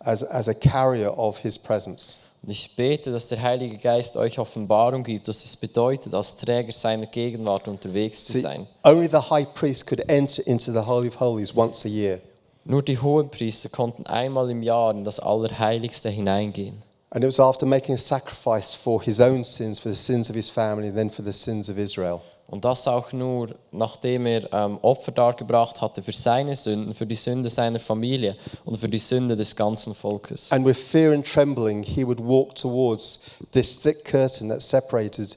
B: as, as a carrier of His presence.
C: Und ich bete, dass der Heilige Geist euch Offenbarung gibt, was es bedeutet, als Träger seiner Gegenwart unterwegs zu
B: See,
C: sein.
B: only the high priest could enter into the Holy of Holies once a year.
C: Nur die Hohenpriester konnten einmal im Jahr in das Allerheiligste hineingehen.
B: And it was after making a sacrifice for his own sins, for the sins of his family, and then for the sins of Israel.
C: Und das auch nur, nachdem er ähm, Opfer dargebracht hatte für seine Sünden, für die Sünde seiner Familie und für die Sünde des ganzen Volkes.
B: And with fear and trembling, he would walk towards this thick curtain that separated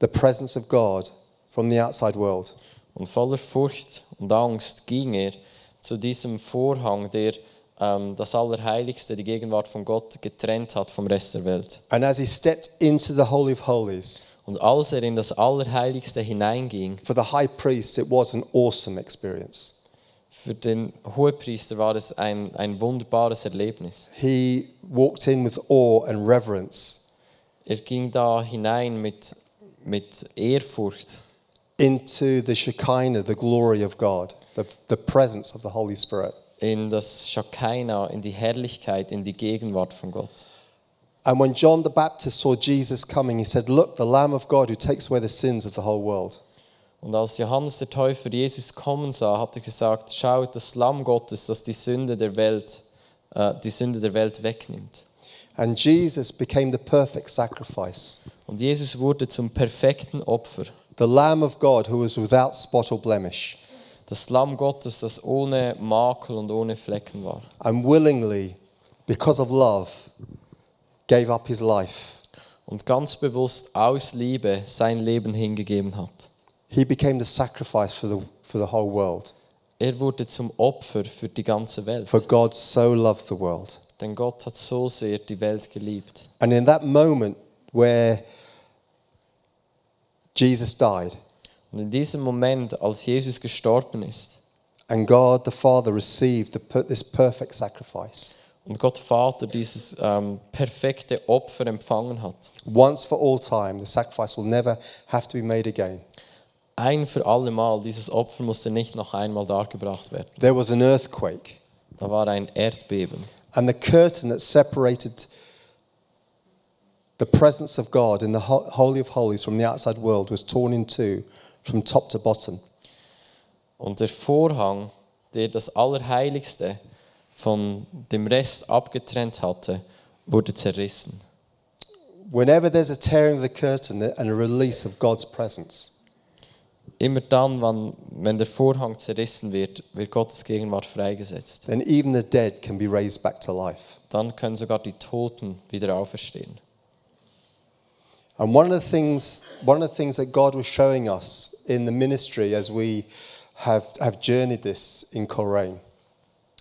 B: the presence of God from the outside world.
C: Und voller Furcht und Angst ging er zu diesem Vorhang, der ähm, das Allerheiligste, die Gegenwart von Gott, getrennt hat vom Rest der Welt.
B: And as he stepped into the Holy of Holies,
C: Und als er in das Allerheiligste hineinging,
B: for the high priest, it was an awesome experience.
C: für den Hohepriester war es ein, ein wunderbares Erlebnis.
B: He walked in with awe and reverence
C: Er ging da hinein mit, mit Ehrfurcht.
B: into the Shekinah, the glory of God, the, the presence of the Holy Spirit.
C: in das Shekinah, in die Herrlichkeit, in die Gegenwart von Gott.
B: And when John the Baptist saw Jesus coming, he said, Look, the Lamb of God who takes away the sins of the whole world.
C: Und als Johannes der Täufer Jesus kommen sah, hat er gesagt: Schaut, das Lamm Gottes, das die Sünde der Welt, äh, die Sünde der Welt wegnimmt.
B: And Jesus became the perfect sacrifice,
C: Und Jesus wurde zum perfekten Opfer.
B: the Lamb of God who was without spot or blemish.
C: Das Lamm Gottes, das ohne Makel und ohne Flecken war.
B: And willingly, because of love, gave up his life.
C: Und ganz bewusst aus Liebe sein Leben hingegeben hat.
B: He became the sacrifice for the, for the whole world.
C: Er wurde zum Opfer für die ganze Welt.
B: For God so loved the world.
C: Denn Gott hat so sehr die Welt geliebt.
B: And in that moment where Jesus died,
C: Und in diesem Moment, als Jesus gestorben ist
B: and God the Father received the, per- this perfect sacrifice,
C: und Gott Vater dieses ähm, perfekte Opfer empfangen hat,
B: once for all time, the sacrifice will never have to be made again.
C: ein für alle Mal, dieses Opfer musste nicht noch einmal dargebracht werden.
B: There was an earthquake,
C: Da war ein Erdbeben
B: And the curtain that separated the presence of God in the ho- Holy of Holies from the outside world was torn in two from top to bottom.
C: Und der Vorhang, der das Allerheiligste von dem Rest abgetrennt hatte, wurde zerrissen.
B: Whenever there's a tearing of the curtain and a release of God's presence,
C: Immer dann, wann, wenn der Vorhang zerrissen wird, wird Gottes Gegenwart freigesetzt.
B: then even the dead can be raised back to life.
C: Dann können sogar die Toten wieder auferstehen.
B: And one of the things, one of the things that God was showing us in the ministry as we have, have journeyed this in Coleraine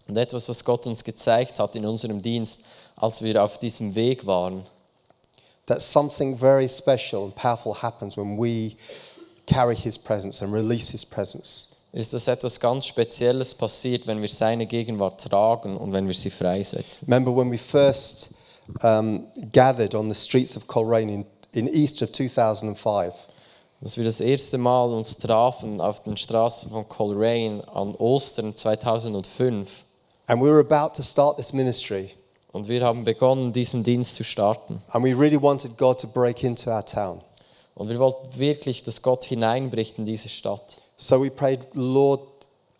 C: Und etwas, was Gott uns gezeigt hat in unserem Dienst, als wir auf diesem Weg waren,
B: that something very special and powerful happens when we carry his presence and release his presence.
C: ist, dass etwas ganz Spezielles passiert, wenn wir seine Gegenwart tragen und wenn wir sie freisetzen.
B: Remember when we first um, gathered on the streets of Coleraine in, in Easter of 2005?
C: Dass wir das erste Mal uns trafen auf den Straßen von Coleraine an Ostern 2005
B: And we were about to start this ministry,
C: und wir haben begonnen, diesen Dienst zu starten.
B: and we really wanted God to break into our town.
C: Und wir wollten wirklich, dass Gott hineinbricht in diese Stadt.
B: So we prayed, Lord,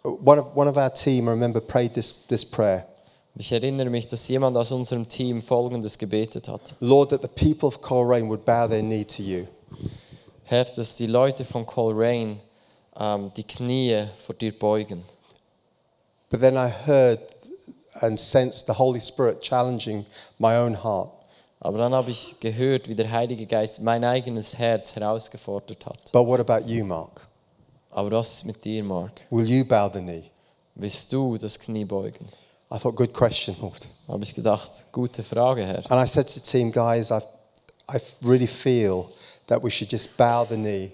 B: one of, one of our team, I remember, prayed this, this prayer
C: Und ich erinnere mich, dass jemand aus unserem Team Folgendes gebetet hat.
B: Lord, that the people of Coleraine would bow their knee to you.
C: Herr, dass die Leute von Coleraine ähm, die Knie vor dir beugen.
B: But then I heard and sensed the Holy Spirit challenging my own heart.
C: Aber dann habe ich gehört, wie der Heilige Geist mein eigenes Herz herausgefordert hat.
B: But what about you, Mark?
C: Aber was ist mit dir, Mark?
B: Will you bow the knee?
C: Willst du das Knie beugen?
B: I thought, good question, Lord.
C: Habe ich gedacht, gute Frage, Herr.
B: And I said to the team, guys, I, I really feel that we should just bow the knee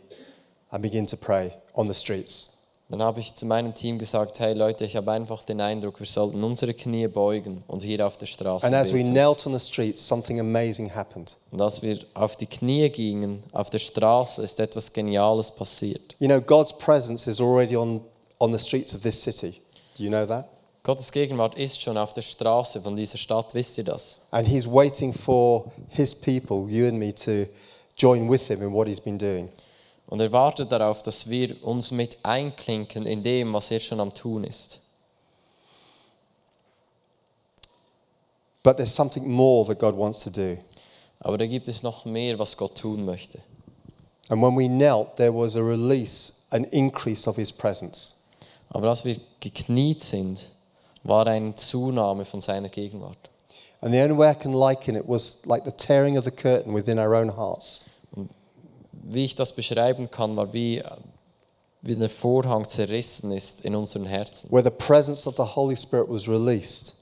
B: and begin to pray on the streets.
C: Dann habe ich zu meinem Team gesagt, hey Leute, ich habe einfach den Eindruck, wir sollten unsere Knie beugen und hier auf der Straße
B: And as we
C: beten.
B: knelt on the streets, something amazing happened.
C: Und als wir auf die Knie gingen, auf der Straße, ist etwas Geniales passiert.
B: You know, God's presence is already on, on the streets of this city. Do you know that?
C: Gottes Gegenwart ist schon auf der Straße von dieser Stadt, wisst ihr das?
B: And He's waiting for His people, you and me, to join with Him in what He's been doing.
C: Und er wartet darauf, dass wir uns mit einklinken in dem, was er schon am Tun ist.
B: But there's something more that God wants to do.
C: Aber da gibt es noch mehr, was Gott tun möchte.
B: And when we knelt, there was a release, an increase of His presence.
C: Aber als wir gekniet sind, war eine Zunahme von seiner Gegenwart.
B: And the only way I can liken it was like the tearing of the curtain within our own hearts.
C: Wie ich das beschreiben kann, war wie, äh, wie der Vorhang zerrissen ist in unseren Herzen.
B: where the presence of the Holy Spirit was released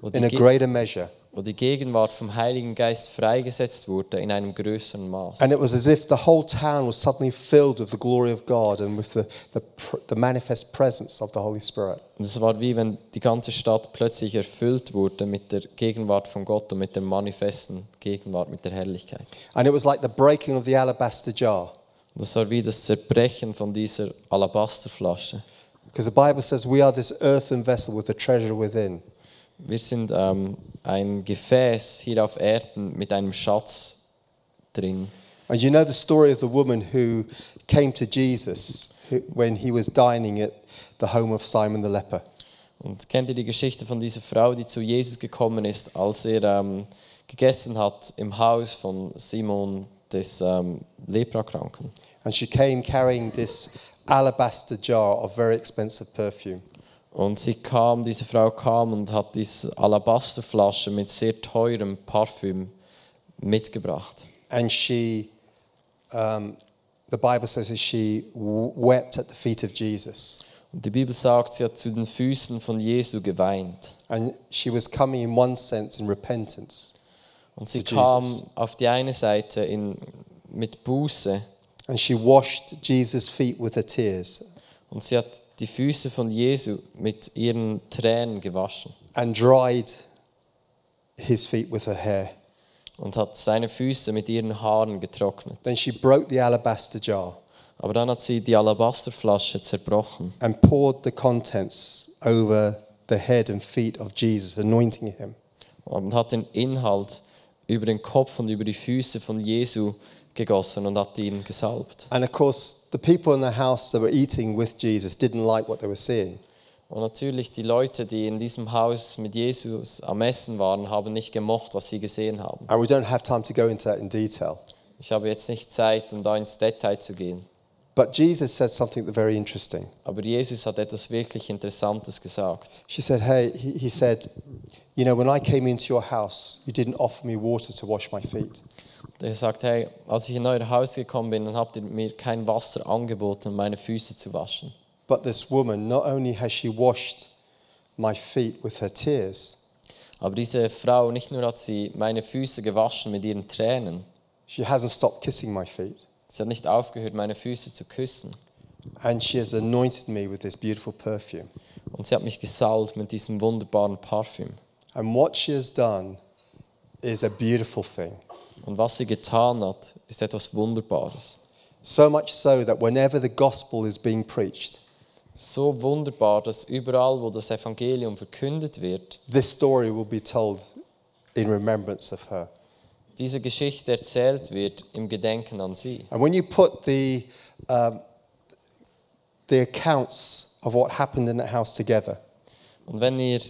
C: Wo die
B: in a
C: Ge-
B: greater measure.
C: wo die Gegenwart vom Heiligen Geist freigesetzt wurde in einem größeren Maß.
B: And it was as if the whole town was suddenly filled with the glory of God and with the, the, pr- the manifest presence of the Holy Spirit.
C: Und es war wie wenn die ganze Stadt plötzlich erfüllt wurde mit der Gegenwart von Gott und mit der manifesten Gegenwart, mit der Herrlichkeit.
B: And it was like the breaking of the alabaster jar.
C: Und es war wie das Zerbrechen von dieser Alabasterflasche.
B: Because the Bible says we are this earthen vessel with a treasure within.
C: Wir sind ähm, ein Gefäß hier auf Erden mit einem Schatz drin.
B: And you know the story of the woman who came to Jesus who- when he was dining at the home of Simon the leper.
C: Und kennt ihr die Geschichte von dieser Frau, die zu Jesus gekommen ist, als er ähm, gegessen hat im Haus von Simon des ähm, Leprakranken?
B: And she came carrying this alabaster jar of very expensive perfume.
C: Und sie kam, diese Frau kam und hat diese Alabasterflasche mit sehr teurem Parfüm mitgebracht.
B: And she, um, the Bible says, that she w- wept at the feet of Jesus.
C: Und die Bibel sagt, sie hat zu den Füßen von Jesu geweint.
B: And she was coming, in one sense, in repentance.
C: Und sie
B: Zu
C: kam
B: Jesus.
C: auf die eine Seite in, mit Buße
B: And she washed Jesus' feet with her tears
C: und sie hat die Füße von Jesu mit ihren Tränen gewaschen
B: and dried his feet with her hair.
C: und hat seine Füße mit ihren Haaren getrocknet.
B: Then she broke the alabaster jar
C: Aber dann hat sie die Alabasterflasche zerbrochen
B: and poured the contents over the head and feet of Jesus, anointing him.
C: und hat den Inhalt über den Kopf und über die Füße von Jesu gegossen und hat ihn gesalbt.
B: And of course, the people in the house that were eating with Jesus didn't like what they were seeing.
C: Und natürlich die Leute, die in diesem Haus mit Jesus am Essen waren, haben nicht gemocht, was sie gesehen haben.
B: And we don't have time to go into that in detail.
C: Ich habe jetzt nicht Zeit, um da ins Detail zu gehen.
B: But Jesus said something that very interesting.
C: Aber Jesus hat etwas wirklich Interessantes gesagt.
B: She said, Hey, he, he said, You know, when I came into your house, you didn't offer me water to wash my feet.
C: Er sagt, hey, als ich in euer Haus gekommen bin, dann habt ihr mir kein Wasser angeboten, um meine Füße zu waschen.
B: But this woman, not only has she washed my feet with her tears,
C: Aber diese Frau, nicht nur hat sie meine Füße gewaschen mit ihren Tränen,
B: she hasn't stopped kissing my feet.
C: sie hat nicht aufgehört, meine Füße zu küssen.
B: And she has anointed me with this beautiful perfume.
C: Und sie hat mich gesalbt mit diesem wunderbaren Parfüm.
B: And what she has done is a beautiful thing.
C: Und was sie getan hat, ist etwas Wunderbares.
B: So much so that whenever the gospel is being preached,
C: So wunderbar, dass überall, wo das Evangelium verkündet wird,
B: this story will be told in remembrance of her.
C: diese Geschichte erzählt wird im Gedenken an sie.
B: And when you put the, um, the accounts of what happened in that house together,
C: Und wenn ihr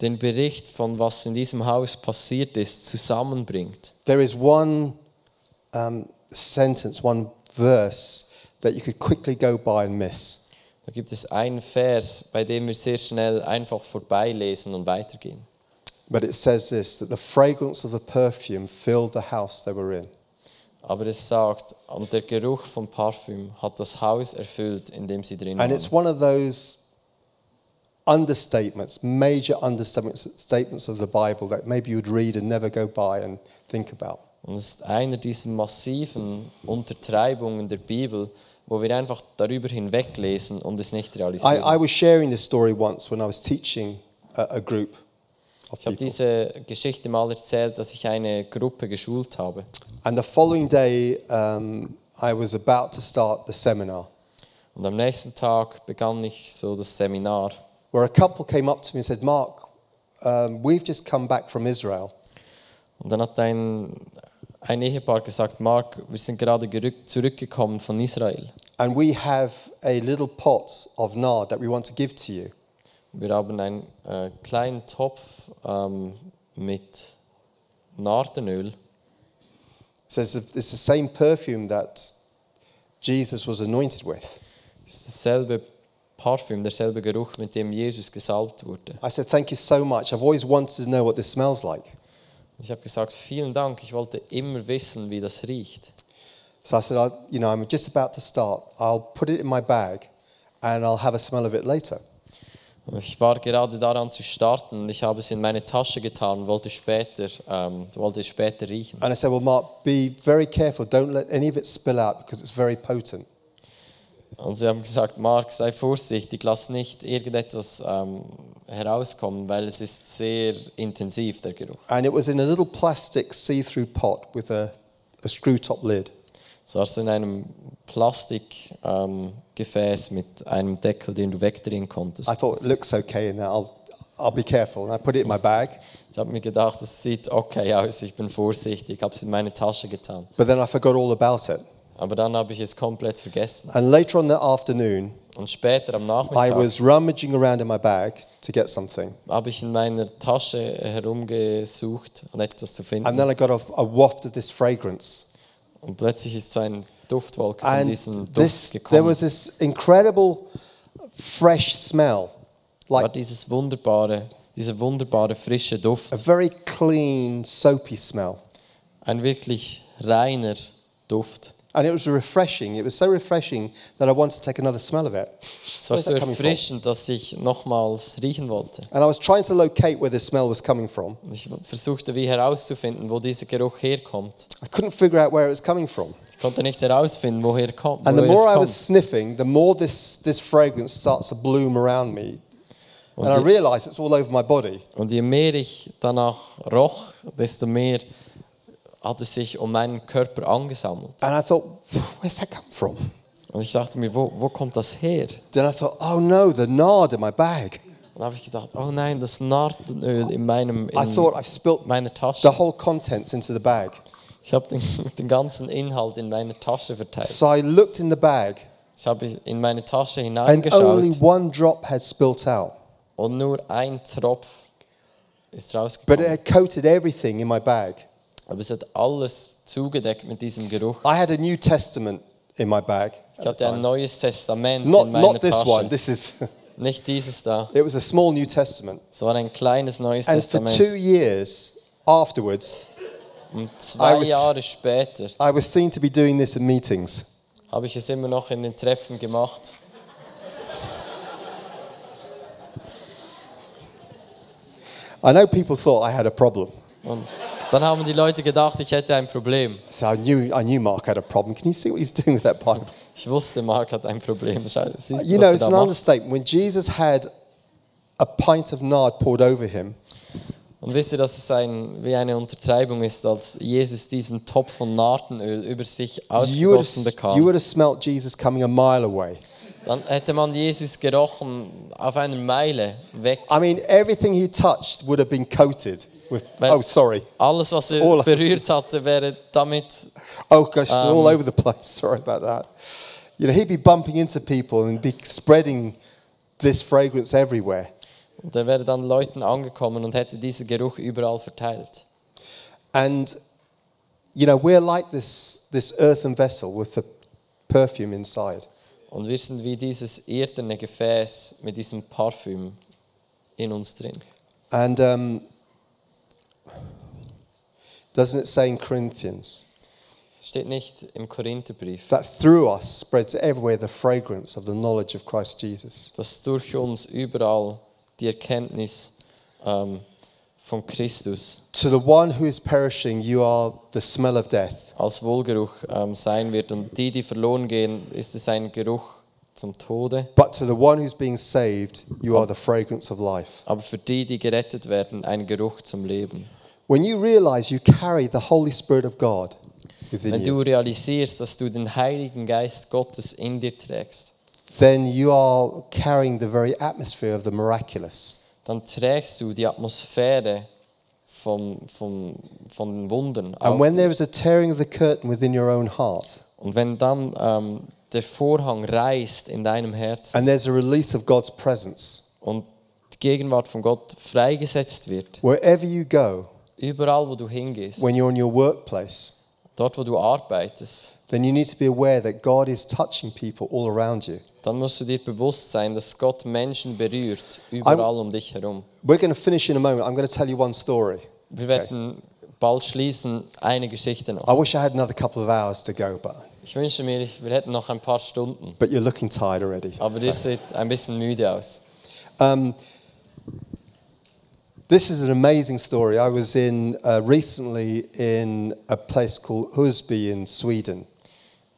C: den Bericht von was in diesem Haus passiert ist zusammenbringt,
B: there is one um, sentence, one verse that you could quickly go by and miss.
C: da gibt es einen Vers, bei dem wir sehr schnell einfach vorbeilesen und weitergehen.
B: But it says this that the fragrance of the perfume filled the house they were in.
C: Aber es sagt, und der Geruch vom Parfüm hat das Haus erfüllt, in dem sie drin
B: And
C: waren.
B: it's one of those understatements, major understatements statements of the Bible that maybe you'd read and never go by and think about.
C: Und es ist einer dieser massiven Untertreibungen der Bibel, wo wir einfach darüber hinweglesen und es nicht
B: I,
C: realisieren.
B: I was sharing this story once when I was teaching a, a group of
C: ich habe
B: people.
C: diese Geschichte mal erzählt, dass ich eine Gruppe geschult habe.
B: And the following day, um, I was about to start the seminar,
C: Und am nächsten Tag begann ich so das Seminar.
B: where a couple came up to me and said, Mark, um, we've just come back from Israel.
C: Und dann hat ein, ein Ehepaar gesagt, Mark, wir sind gerade gerück- zurückgekommen von Israel.
B: And we have a little pot of nard that we want to give to you.
C: Wir haben einen äh, kleinen Topf ähm, mit Nardenöl.
B: So it's, the- it's the same perfume that Jesus was anointed with.
C: Das ist dasselbe Parfüm, derselbe Geruch, mit dem Jesus gesalbt wurde.
B: I said, Thank you so much. I've always wanted to know what this smells like.
C: Ich habe gesagt, vielen Dank, ich wollte immer wissen, wie das riecht.
B: So I said, I, You know, I'm just about to start. I'll put it in my bag and I'll have a smell of it later.
C: Ich war gerade daran zu starten und ich habe es in meine Tasche getan und wollte, später, ähm, wollte es später riechen.
B: And I said, Well, Mark, be very careful. Don't let any of it spill out because it's very potent.
C: Und sie haben gesagt, Mark, sei vorsichtig, lass nicht irgendetwas ähm, herauskommen, weil es ist sehr intensiv, der Geruch.
B: And it was in a little plastic see through pot with a, a screw top lid.
C: So hast du in einem Plastikgefäß ähm, Gefäß mit einem Deckel, den du wegdrehen konntest.
B: I thought, It looks okay in that. I'll, I'll be careful. And I put it in my bag.
C: Ich habe mir gedacht, das sieht okay aus, ich bin vorsichtig, habe es in meine Tasche getan.
B: But then I forgot all about it.
C: Aber dann habe ich es komplett vergessen.
B: And later on that afternoon,
C: Und später am
B: I
C: Nachmittag
B: was rummaging around in my bag to get something,
C: habe ich in meiner Tasche herumgesucht, um etwas zu
B: and
C: finden.
B: then I got a, a waft of this fragrance.
C: Und plötzlich ist so ein Duftwolke von
B: And
C: diesem
B: this,
C: Duft
B: there was
C: gekommen.
B: this incredible fresh smell,
C: War
B: like
C: dieses wunderbare, dieser wunderbare frische Duft.
B: a very clean, soapy smell.
C: Ein wirklich reiner Duft.
B: And it was refreshing. It was so refreshing that I wanted to take another smell of it.
C: Es war
B: Where's
C: so
B: that coming from?
C: erfrischend, dass ich nochmals riechen wollte.
B: And I was trying to locate where this smell was coming from.
C: Und Ich versuchte wie herauszufinden, wo dieser Geruch herkommt.
B: I couldn't figure out where it was coming from.
C: Ich konnte nicht herausfinden, woher er kommt.
B: And the
C: Woher
B: more I
C: es
B: was
C: kommt.
B: sniffing, the more this, this fragrance starts to bloom around me. And I
C: Und, je,
B: realized it's all over my body.
C: und je mehr ich danach roch, desto mehr hat es sich um meinen Körper angesammelt.
B: And I thought, where's that come from?
C: Und ich dachte mir, wo, wo kommt das her?
B: Then I thought, oh no, the nard in my bag.
C: dann habe ich gedacht, oh nein, das Nartenöl in meinem
B: I thought
C: in
B: I've spilt
C: meiner
B: the
C: Tasche.
B: whole contents into the bag.
C: Ich habe den, den ganzen Inhalt in meine Tasche verteilt.
B: So I looked in the bag,
C: Ich habe in meine Tasche
B: and only
C: hineingeschaut
B: one drop had spilt out,
C: und nur ein Tropf ist
B: but uh, it
C: rausgekommen.
B: had coated everything in my bag.
C: Aber es hat alles zugedeckt mit diesem Geruch.
B: I had a New Testament in my bag.
C: Ich
B: At the
C: hatte ein
B: time.
C: neues Testament
B: Not,
C: in meiner
B: not this
C: Tasche.
B: one. This is. <laughs>
C: Nicht dieses da.
B: It was a small New Testament.
C: Es war ein kleines neues
B: And for two
C: Testament.
B: years afterwards,
C: Und zwei
B: I was-
C: Jahre später
B: I was seen to be doing this in meetings.
C: habe ich es immer noch in den Treffen gemacht.
B: I know people thought I had a problem.
C: Und dann haben die Leute gedacht, ich hätte ein Problem.
B: So I knew, I knew Mark had a problem. Can you see what he's <laughs> doing with that Bible?
C: Ich wusste, Mark hat ein Problem. Schau, siehst du,
B: You know,
C: was
B: it's
C: du da
B: an
C: machst?
B: understatement. When Jesus had a pint of nard poured over him,
C: Und wisst ihr, dass es ein, wie eine Untertreibung ist, als Jesus diesen Topf von Nartenöl über sich
B: you would,
C: ausgegossen
B: have, you would
C: bekam?
B: have smelt Jesus coming a mile away.
C: Dann hätte man Jesus gerochen auf einer Meile weg.
B: I mean, everything he touched would have been coated with.
C: Well-
B: oh, sorry.
C: Alles, was
B: All-
C: er berührt hatte, wäre damit
B: Oh gosh, it's all over the place. <laughs> Sorry about that. You know, he'd be bumping into people and be spreading this fragrance everywhere.
C: Und er wäre dann Leuten angekommen und hätte diesen Geruch überall verteilt.
B: And you know, we're like this this earthen vessel with the perfume inside.
C: Und wir sind wie dieses irdene Gefäß mit diesem Parfüm in uns drin.
B: And um, doesn't it say in Corinthians
C: Steht nicht im Korintherbrief,
B: that through us spreads everywhere the fragrance of the knowledge of Christ Jesus?
C: dass durch uns überall die Erkenntnis ähm, von Christus
B: To the one who is perishing, you are the smell of death.
C: als Wohlgeruch ähm, sein wird. Und die, die verloren gehen, ist es ein Geruch zum Tode.
B: But to the one who's being saved, you are the fragrance of life.
C: Aber für die, die gerettet werden, ein Geruch zum Leben.
B: When you realize you carry the Holy Spirit of God within
C: Wenn
B: you,
C: du realisierst, dass du den Heiligen Geist Gottes in dir trägst,
B: then you are carrying the very atmosphere of the miraculous.
C: dann trägst du die Atmosphäre vom, vom, von den Wundern.
B: And
C: auf
B: when
C: dich.
B: there is a tearing of the curtain within your own heart,
C: Und wenn dann ähm, der Vorhang reißt in deinem Herzen
B: and there's a release of God's presence,
C: und die Gegenwart von Gott freigesetzt wird,
B: wherever you go,
C: überall wo du hingehst,
B: when you're in your workplace,
C: dort wo du arbeitest,
B: then you need to be aware that God is touching people all around you.
C: dann musst du dir bewusst sein, dass Gott Menschen berührt, überall um dich herum.
B: We're going to finish in a moment. I'm going to tell you one story.
C: Wir werden bald schließen, eine Geschichte noch.
B: I wish I had another couple of hours to go, but,
C: Ich wünsche mir, ich- wir hätten noch ein paar Stunden,
B: but you're looking tired already.
C: aber ihr seht ein bisschen müde aus.
B: This is an amazing story. I was in uh, recently in a place called Husby in Sweden,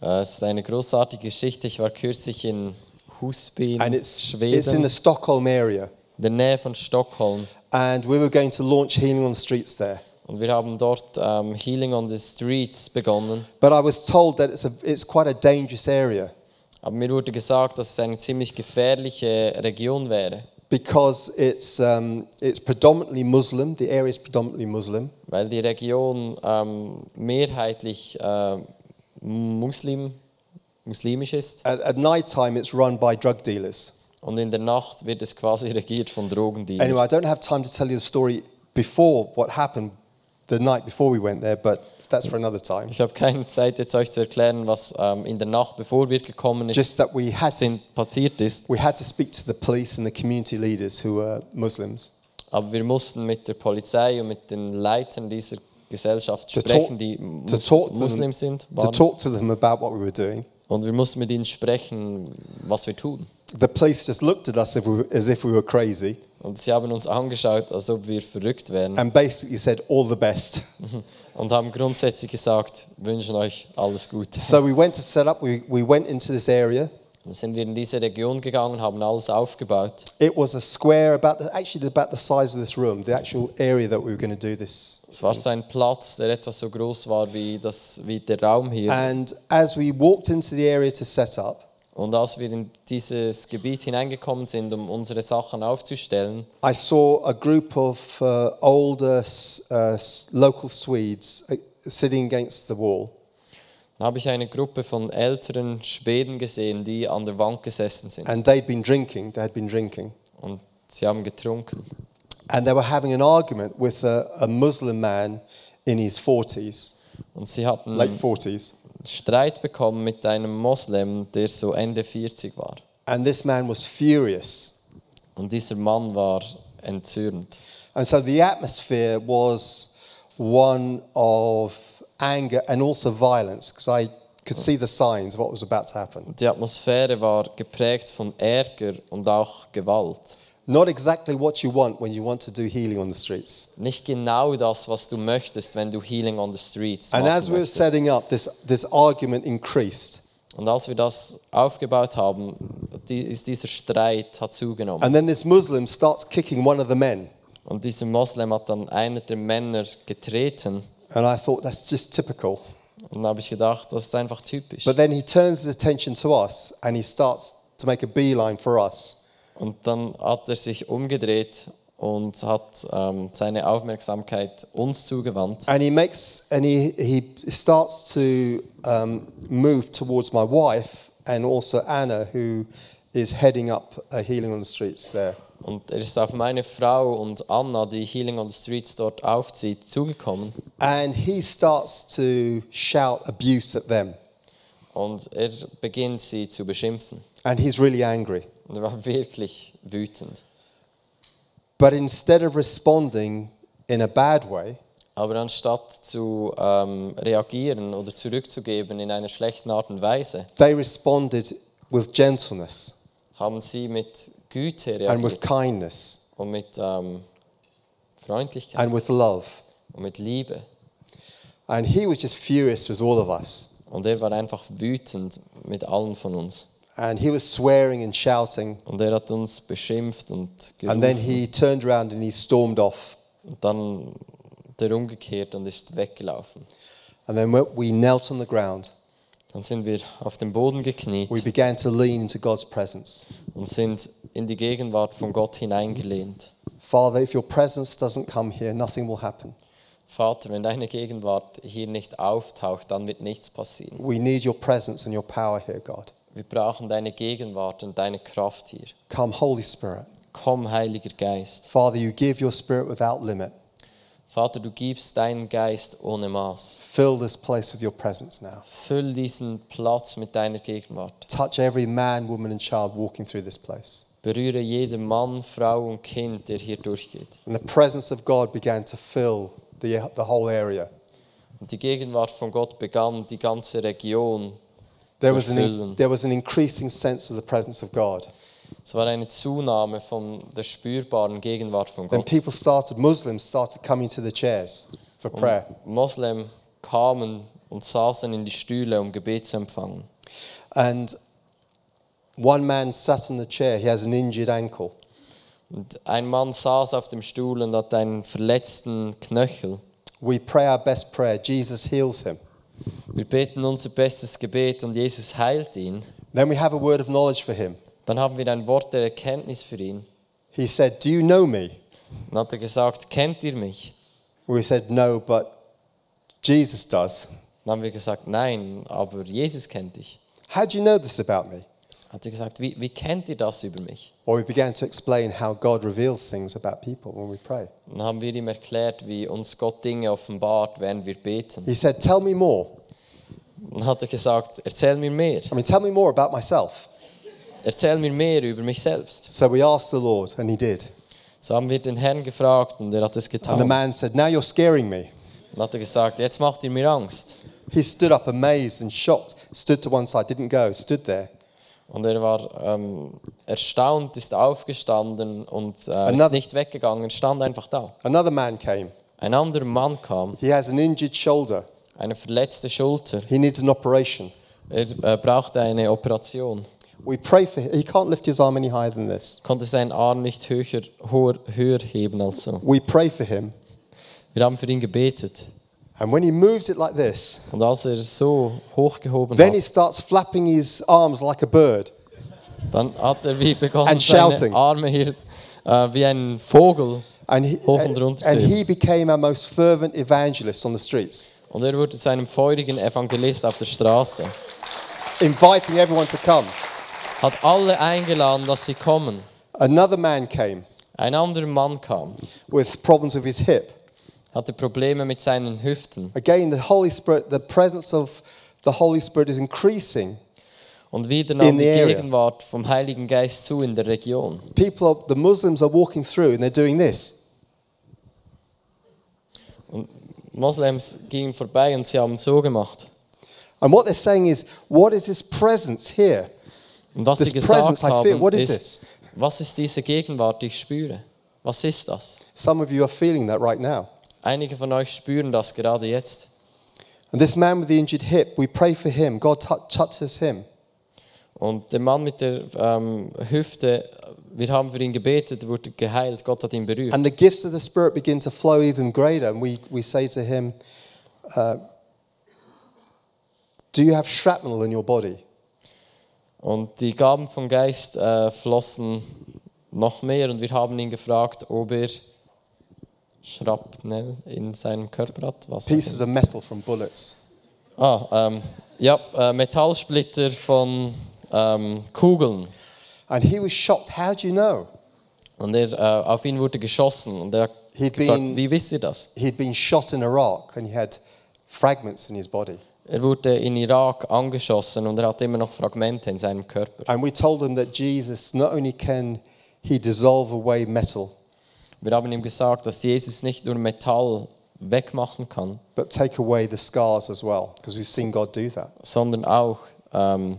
C: Äh, Es ist eine großartige Geschichte. Ich war kürzlich in Husby, in
B: and it's,
C: Schweden,
B: it's in the Stockholm area.
C: in der Nähe von Stockholm.
B: and we were going to launch healing on the streets there.
C: Und wir haben dort ähm, Healing on the Streets begonnen.
B: But I was told that it's, a, it's quite a dangerous area
C: Aber mir wurde gesagt, dass es eine ziemlich gefährliche Region wäre,
B: because it's, um, it's predominantly Muslim. The area is predominantly Muslim,
C: weil die Region ähm, mehrheitlich äh, Muslim, muslimisch ist.
B: and at night time it's run by drug dealers.
C: Und in der Nacht wird es quasi <laughs> regiert von Drogendealern.
B: Anyway, I don't have time to tell you the story before what happened the night before we went there, but that's for another time.
C: Ich habe keine Zeit, jetzt euch zu erklären, was ähm, in der Nacht, bevor wir gekommen ist,
B: Just that we had to,
C: sind, passiert ist.
B: we had to speak to the police and the community leaders who were Muslims
C: Aber wir mussten mit der Polizei und mit den Leitern dieser Gesellschaft
B: To talk-
C: sprechen, die
B: to
C: Mus
B: talk to
C: Muslim
B: them,
C: sind.
B: to
C: Waren.
B: talk to them about what we were doing.
C: Und wir mussten mit ihnen sprechen, was wir tun.
B: The police just looked at us if we, as if we were crazy.
C: Und sie haben uns angeschaut, als ob wir verrückt wären.
B: and basically said all the best.
C: Und haben grundsätzlich gesagt, wünschen euch alles Gute.
B: So we went to set up. We, we went into this area.
C: Dann sind wir in diese Region gegangen, haben alles aufgebaut.
B: It was a square about the, actually about the size of this room, the actual area that we were going to do this.
C: Es war so ein Platz, der etwas so groß war wie, das, wie der Raum hier.
B: And as we walked into the area to set up,
C: Und als wir in dieses Gebiet hineingekommen sind, um unsere Sachen aufzustellen,
B: I saw a group of uh, older s- uh, s- local Swedes uh, sitting against the wall.
C: dann habe ich eine Gruppe von älteren Schweden gesehen, die an der Wand gesessen sind.
B: And they'd been drinking, they had been drinking.
C: Und sie haben getrunken.
B: And they were having an argument with a, a Muslim man in his 40s,
C: Und sie hatten
B: late 40s.
C: Streit bekommen mit einem Moslem, der so Ende 40 war.
B: And this man was furious.
C: Und dieser Mann war entzürnt.
B: And so the atmosphere was one of anger and also violence, because I could see the signs of what was about to happen.
C: Die Atmosphäre war geprägt von Ärger und auch Gewalt.
B: Not exactly what you want when you want to do healing on the streets.
C: Nicht genau das, was du möchtest, wenn du Healing on the Streets
B: And as
C: machen
B: we were
C: möchtest.
B: setting up, this, this argument increased.
C: Und als wir das aufgebaut haben, die, ist dieser Streit hat zugenommen.
B: And then this Muslim starts kicking one of the men.
C: Und dieser Moslem hat dann einer der Männer getreten.
B: And I thought, that's just typical.
C: Und dann habe ich gedacht, das ist einfach typisch.
B: But then he turns his attention to us and he starts to make a beeline for us.
C: Und dann hat er sich umgedreht und hat ähm, seine Aufmerksamkeit uns zugewandt.
B: And he makes and he, he starts to um, move towards my wife and also Anna, who is heading up a healing on the streets there.
C: Und er ist auf meine Frau und Anna, die Healing on the Streets dort aufzieht, zugekommen.
B: And he starts to shout abuse at them.
C: Und er beginnt sie zu beschimpfen.
B: And he's really angry.
C: Und er war wirklich wütend.
B: But instead of responding in a bad way,
C: Aber anstatt zu ähm, reagieren oder zurückzugeben in einer schlechten Art und Weise,
B: they responded with gentleness
C: haben sie mit Güte
B: and with
C: reagiert
B: kindness
C: und mit ähm, Freundlichkeit
B: and with love.
C: und mit Liebe.
B: And he was just furious with all of us.
C: Und er war einfach wütend mit allen von uns.
B: And he was swearing and shouting.
C: Und er hat uns beschimpft und
B: And then
C: gerufen.
B: he turned around and he stormed off.
C: Und dann der umgekehrt und ist weggelaufen.
B: And then when we knelt on the ground.
C: Dann sind wir auf den Boden gekniet
B: We began to lean into God's presence.
C: und sind in die Gegenwart von Gott hineingelehnt.
B: Father, if your presence doesn't come here, nothing will happen.
C: Vater, wenn deine Gegenwart hier nicht auftaucht, dann wird nichts passieren.
B: We need your presence and your power here, God.
C: Wir brauchen deine Gegenwart und deine Kraft hier.
B: Come, Holy Spirit.
C: Komm, Heiliger Geist.
B: Father, you give your spirit without limit.
C: Vater, du gibst deinen Geist ohne Maß.
B: Fill this place with your presence now.
C: Füll diesen Platz mit deiner Gegenwart.
B: Touch every man, woman, and child walking through this place.
C: Berühre jeden Mann, Frau und Kind, der hier durchgeht.
B: And the presence of God began to fill the, the whole area.
C: Und die Gegenwart von Gott begann, die ganze Region
B: There
C: zu
B: was, an,
C: füllen.
B: there was an increasing sense of the presence of God.
C: Es war eine Zunahme von der spürbaren Gegenwart von
B: Then
C: Gott.
B: people started, Muslims started coming to the chairs for prayer.
C: Moslem kamen und saßen in die Stühle, um Gebet zu empfangen.
B: And one man sat on the chair, he has an injured ankle.
C: Und ein Mann saß auf dem Stuhl und hat einen verletzten Knöchel.
B: We pray our best prayer, Jesus heals him.
C: Wir beten unser bestes Gebet und Jesus heilt ihn.
B: Then we have a word of knowledge for him.
C: Dann haben wir ein Wort der Erkenntnis für ihn.
B: He said, Do you know me?
C: Dann hat er gesagt, kennt ihr mich?
B: We said, No, but Jesus does.
C: Dann haben wir gesagt, nein, aber Jesus kennt dich.
B: How do you know this about me?
C: Hat er gesagt, wie, wie kennt ihr das über mich?
B: Or we began to explain how God reveals things about people when we pray.
C: Dann haben wir ihm erklärt, wie uns Gott Dinge offenbart, während wir beten.
B: He said, Tell me more.
C: Dann hat er gesagt, erzähl mir mehr.
B: I mean, tell me more about myself.
C: Erzähl mir mehr über mich selbst.
B: So we asked the Lord, and he did.
C: So haben wir den Herrn gefragt und er hat es
B: And the
C: getan.
B: man said, Now you're scaring me.
C: Dann hat er gesagt, jetzt macht ihr mir Angst.
B: He stood up amazed and shocked, stood to one side, didn't go, stood there.
C: Und er war ähm, erstaunt, ist aufgestanden und äh,
B: Another-
C: ist nicht weggegangen, stand einfach da.
B: Another man came.
C: Ein anderer Mann kam,
B: He has an injured shoulder.
C: eine verletzte Schulter.
B: He needs an operation.
C: Er äh, brauchte eine Operation,
B: We pray for him. He can't lift his arm any higher than this.
C: konnte seinen Arm nicht höher, hoher, höher heben als so.
B: We pray for him,
C: Wir haben für ihn gebetet
B: And when he moves it like this,
C: Und als er es so hochgehoben
B: then he
C: hat,
B: starts flapping his arms like a bird.
C: dann hat er wie begonnen,
B: And
C: seine
B: shouting.
C: Arme hier äh, wie ein Vogel.
B: And he,
C: Hoch und runter zu
B: and
C: heben.
B: he became our most fervent evangelist on the streets,
C: Und er wurde zu einem feurigen Evangelist auf der Straße.
B: inviting everyone to come.
C: Hat alle eingeladen, dass sie kommen.
B: Another man came
C: Ein anderer Mann kam,
B: with problems with his hip.
C: hatte Probleme mit seinen Hüften.
B: Again, the Holy Spirit, the presence of the Holy Spirit is increasing.
C: Und wieder nahm
B: In the
C: die
B: area.
C: Gegenwart vom Heiligen Geist zu in der Region.
B: People, are, the Muslims are walking through and they're doing this.
C: Moslems gingen vorbei und sie haben so gemacht.
B: And what they're saying is, what is this presence here?
C: Und was
B: This
C: sie gesagt
B: presence I feel,
C: haben
B: what is
C: ist,
B: this?
C: was ist diese Gegenwart, die ich spüre? Was ist das?
B: Some of you are feeling that right now.
C: Einige von euch spüren das gerade jetzt.
B: And this man with the injured hip, we pray for him. God tou- touches him.
C: Und der Mann mit der ähm, Hüfte, wir haben für ihn gebetet, wurde geheilt, Gott hat ihn berührt.
B: And the gifts of the Spirit begin to flow even greater. And we, we say to him, uh, Do you have shrapnel in your body?
C: Und die Gaben vom Geist äh, flossen noch mehr und wir haben ihn gefragt, ob er Schrapnell in seinem Körper hat. Was sagt
B: Pieces of metal from bullets.
C: er? ah, ähm, ja, äh, Metallsplitter von ähm, Kugeln.
B: And he was shocked. How do you know?
C: Und er, äh, auf ihn wurde geschossen und er hat
B: He'd
C: gefragt,
B: been-
C: wie wisst ihr das?
B: He'd been shot in Iraq and he had fragments in his body.
C: Er wurde in Irak angeschossen und er hat immer noch Fragmente in seinem Körper.
B: And we told him that Jesus not only can he dissolve away metal,
C: Wir haben ihm gesagt, dass Jesus nicht nur Metall wegmachen kann,
B: but take away the scars as well, because we've seen God do that.
C: sondern auch ähm,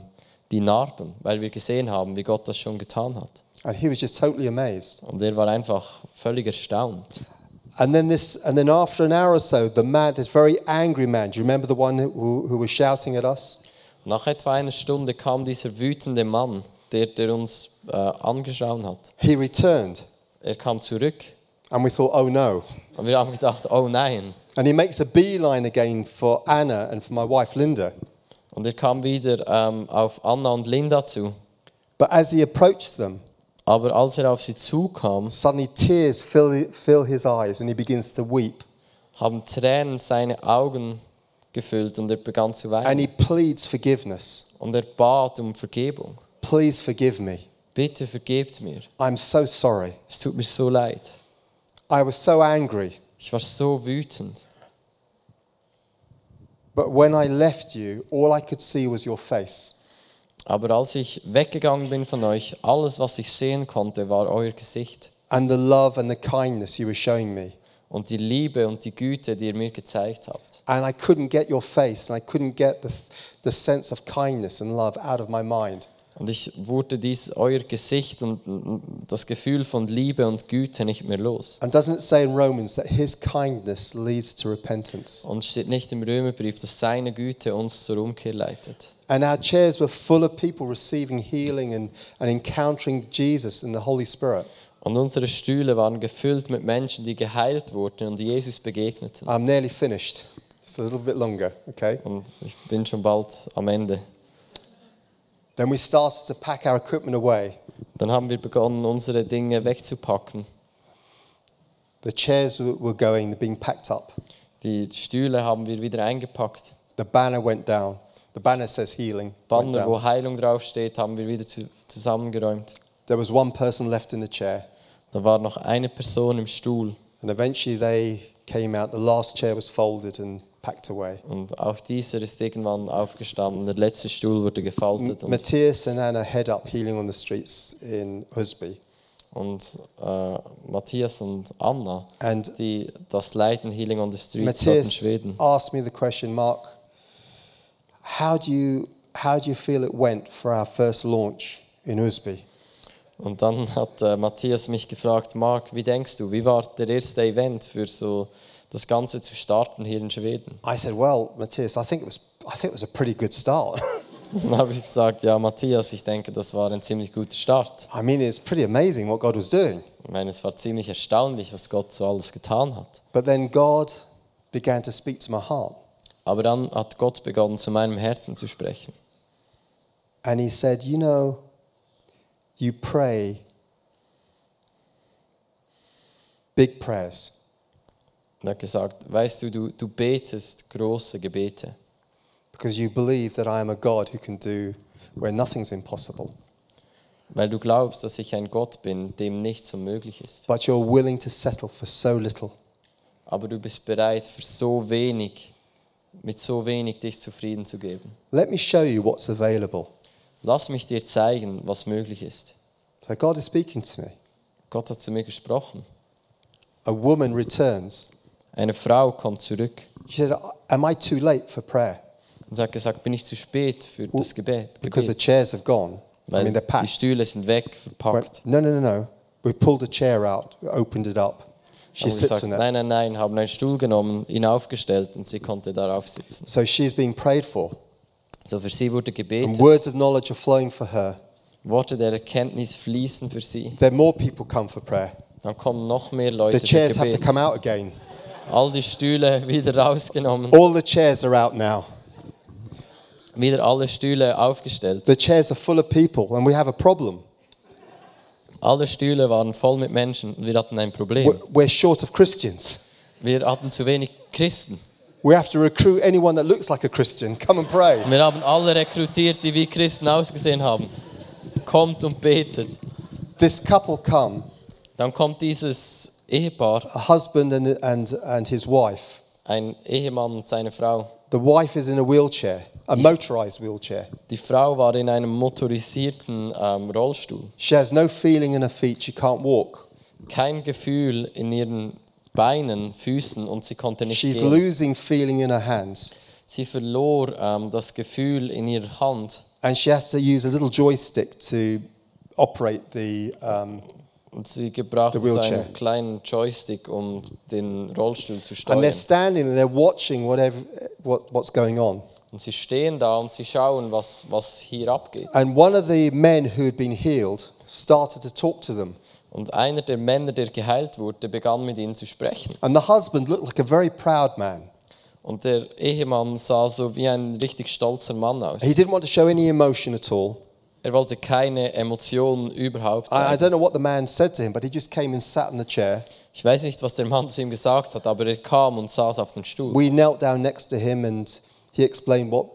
C: die Narben, weil wir gesehen haben, wie Gott das schon getan hat.
B: And he was just totally amazed.
C: Und er war einfach völlig erstaunt.
B: And then this, and then after an hour or so, the man, this very angry man. Do you remember the one who, who was shouting at us?
C: Nach etwa einer Stunde kam dieser wütende Mann, der, der uns äh, angeschaut hat.
B: He returned,
C: Er kam zurück
B: and we thought, oh no.
C: und wir haben gedacht, oh nein.
B: And he makes a beeline again for Anna and for my wife Linda.
C: Und er kam wieder ähm, auf Anna und Linda zu.
B: But as he approached them,
C: Aber als er auf sie zukam,
B: suddenly tears fill, fill his eyes, and he begins to weep.
C: haben Tränen seine Augen gefüllt und er begann zu
B: And
C: weinen.
B: he pleads forgiveness.
C: Und er bat um Vergebung.
B: Please forgive me.
C: Bitte vergebt mir.
B: I'm so sorry.
C: Es tut mir so leid.
B: I was so angry.
C: Ich war so wütend.
B: But when I left you, all I could see was your face.
C: Aber als ich weggegangen bin von euch, alles, was ich sehen konnte, war euer Gesicht
B: and the love and the kindness you were showing me.
C: und die Liebe und die Güte, die ihr mir gezeigt habt.
B: And I couldn't get your face, and I couldn't get the, the sense of kindness and love out of my mind.
C: Und ich wurde dies euer Gesicht und und das Gefühl von Liebe und Güte nicht mehr los.
B: And doesn't it say in Romans that his kindness leads to repentance?
C: Und es steht nicht im Römerbrief, dass seine Güte uns zur Umkehr leitet.
B: And our chairs were full of people receiving healing and, and encountering Jesus and the Holy Spirit.
C: Und unsere Stühle waren gefüllt mit Menschen, die geheilt wurden und Jesus begegneten.
B: I'm nearly finished. It's a little bit longer, okay?
C: Und ich bin schon bald am Ende.
B: Then we started to pack our equipment away.
C: Dann haben wir begonnen, unsere Dinge wegzupacken.
B: The chairs were were going, they're being packed up.
C: Die Stühle haben wir wieder eingepackt.
B: The banner went down. The banner says healing. went
C: Banner,
B: down.
C: wo Heilung draufsteht, haben wir wieder zu, zusammengeräumt.
B: There was one person left in the chair,
C: Da war noch eine Person im Stuhl
B: and eventually they came out. The last chair was folded and packed away.
C: und auch dieser ist irgendwann aufgestanden. Der letzte Stuhl wurde gefaltet und,
B: Matthias and Anna head up healing on the streets in Husby.
C: und äh, Matthias und Anna,
B: And
C: die das Leiden Healing on the Streets hatten in
B: Matthias
C: Schweden.
B: asked me the question, Mark, how do you how do you feel it went for our first launch in Husby?
C: Und dann hat äh, Matthias mich gefragt, Marc, wie denkst du, wie war der erste Event für so das Ganze zu starten hier in Schweden? <laughs>
B: I said, well, Matthias, I think it was I think it was a pretty good start. <laughs>
C: Dann habe ich gesagt, ja Matthias, ich denke, das war ein ziemlich guter Start.
B: I mean, it's pretty amazing what God was doing.
C: Ich meine, es war ziemlich erstaunlich, was Gott so alles getan hat.
B: But then God began to speak to my heart.
C: Aber dann hat Gott begonnen, zu meinem Herzen zu sprechen.
B: And he said, You know, you pray big prayers,
C: Und er hat gesagt, weißt du, du, du betest große Gebete,
B: because you believe that I am a God who can do where nothing's impossible.
C: weil du glaubst, dass ich ein Gott bin, dem nichts unmöglich ist.
B: But you're willing to settle for so little.
C: Aber du bist bereit, für so wenig, mit so wenig dich zufrieden zu geben.
B: Let me show you what's available.
C: Lass mich dir zeigen, was möglich ist.
B: So God is speaking to me.
C: Gott hat zu mir gesprochen.
B: A woman returns.
C: Eine Frau kommt zurück
B: She said, Am I too late for prayer?
C: und hat gesagt, bin ich zu spät für das Gebet?
B: Because the
C: Gebet?
B: chairs have gone. I
C: Weil
B: mean, they're
C: die
B: packed.
C: Stühle sind weg,
B: Right.
C: verpackt.
B: No, no, no, no. We pulled a chair out, opened it up. She
C: Haben
B: sits
C: gesagt,
B: on it.
C: nein, nein, nein, haben einen Stuhl genommen, ihn aufgestellt und sie konnte darauf sitzen.
B: So she's being prayed for.
C: So für sie wurde
B: And
C: gebetet.
B: words of knowledge are flowing for her.
C: Worte der Erkenntnis fließen für sie.
B: Then more people come for prayer.
C: Dann kommen noch mehr
B: The
C: Leute für
B: chairs have to
C: Gebet.
B: come out again.
C: All die Stühle <laughs> wieder rausgenommen,
B: All the chairs are out now.
C: wieder alle Stühle aufgestellt.
B: The chairs are full of people, and we have a problem.
C: Alle Stühle waren voll mit Menschen und wir hatten ein
B: We're,
C: Problem.
B: we're short of Christians.
C: Wir hatten zu wenig Christen.
B: We have to recruit anyone that looks like a Christian. Come and pray.
C: Wir haben alle rekrutiert, die wie Christen ausgesehen haben. Kommt und betet.
B: This couple come,
C: Dann kommt dieses Ehepaar,
B: a husband and, and, and his wife.
C: ein Ehemann und seine Frau.
B: The wife is in a wheelchair, a motorized wheelchair.
C: Die Frau war in einem motorisierten ähm, Rollstuhl.
B: She has no feeling in her feet. She can't walk.
C: Kein Gefühl in ihren Beinen, Füßen und sie konnte nicht
B: She's
C: gehen.
B: losing feeling in her hands.
C: Sie verlor ähm, das Gefühl in ihrer Hand
B: And she has to use a little joystick to operate the. Um,
C: und sie gebrauchte
B: The wheelchair.
C: seinen kleinen Joystick, um den Rollstuhl zu
B: and they're
C: steuern.
B: standing and they're watching whatever, what, what's going on.
C: Und sie stehen da und sie schauen, was, was hier abgeht.
B: And one of the men who had been healed started to talk to them.
C: Und einer der Männer, der geheilt wurde, begann mit ihnen zu sprechen.
B: And the husband looked like a very proud man.
C: Und der Ehemann sah so wie ein richtig stolzer Mann aus.
B: He didn't want to show any emotion at all.
C: Er wollte keine Emotionen überhaupt
B: I, I
C: zeigen.
B: don't know what the man said to him, but he just came and sat in the chair.
C: Ich weiß nicht, was der Mann zu ihm gesagt hat, aber er kam und saß auf den Stuhl.
B: We knelt down next to him and he explained what,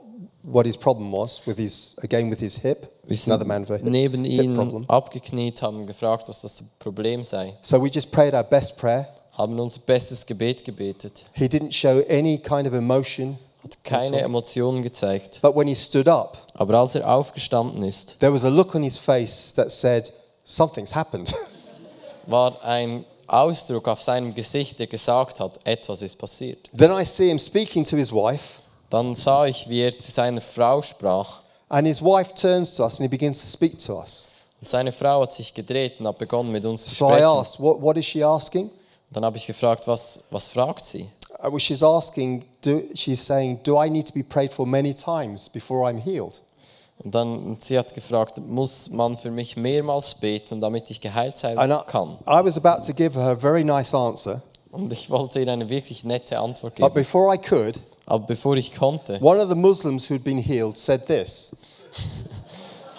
B: what his problem was with his, again, with his hip.
C: Wir sind
B: Another man for hip,
C: neben
B: hip
C: ihm
B: problem.
C: abgekniet, haben gefragt, was das Problem sei,
B: So we just prayed our best prayer.
C: haben unser bestes Gebet gebetet,
B: He didn't show any kind of emotion,
C: hat keine Emotionen gezeigt.
B: but when he stood up,
C: Aber als er aufgestanden ist,
B: there was a look on his face that said, Something's happened. <laughs>
C: war ein Ausdruck auf seinem Gesicht, der gesagt hat, etwas ist passiert.
B: then I see him speaking to his wife,
C: Dann sah ich, wie er zu seiner Frau sprach.
B: and his wife turns to us and he begins to speak to us.
C: Und seine Frau hat sich gedreht und hat begonnen, mit uns zu
B: So I
C: sprechen.
B: asked, What, what is she asking?
C: Dann habe ich gefragt, was, was fragt sie?
B: Uh, well, she's asking, do, she's saying, Do I need to be prayed for many times before I'm healed?
C: Und dann und sie hat gefragt, muss man für mich mehrmals beten, damit ich geheilt sein
B: And I,
C: kann?
B: I was about to give her a very nice answer,
C: Und ich wollte ihr eine wirklich nette Antwort
B: but
C: geben.
B: before I could,
C: Aber bevor ich konnte,
B: one of the Muslims who'd been healed said this.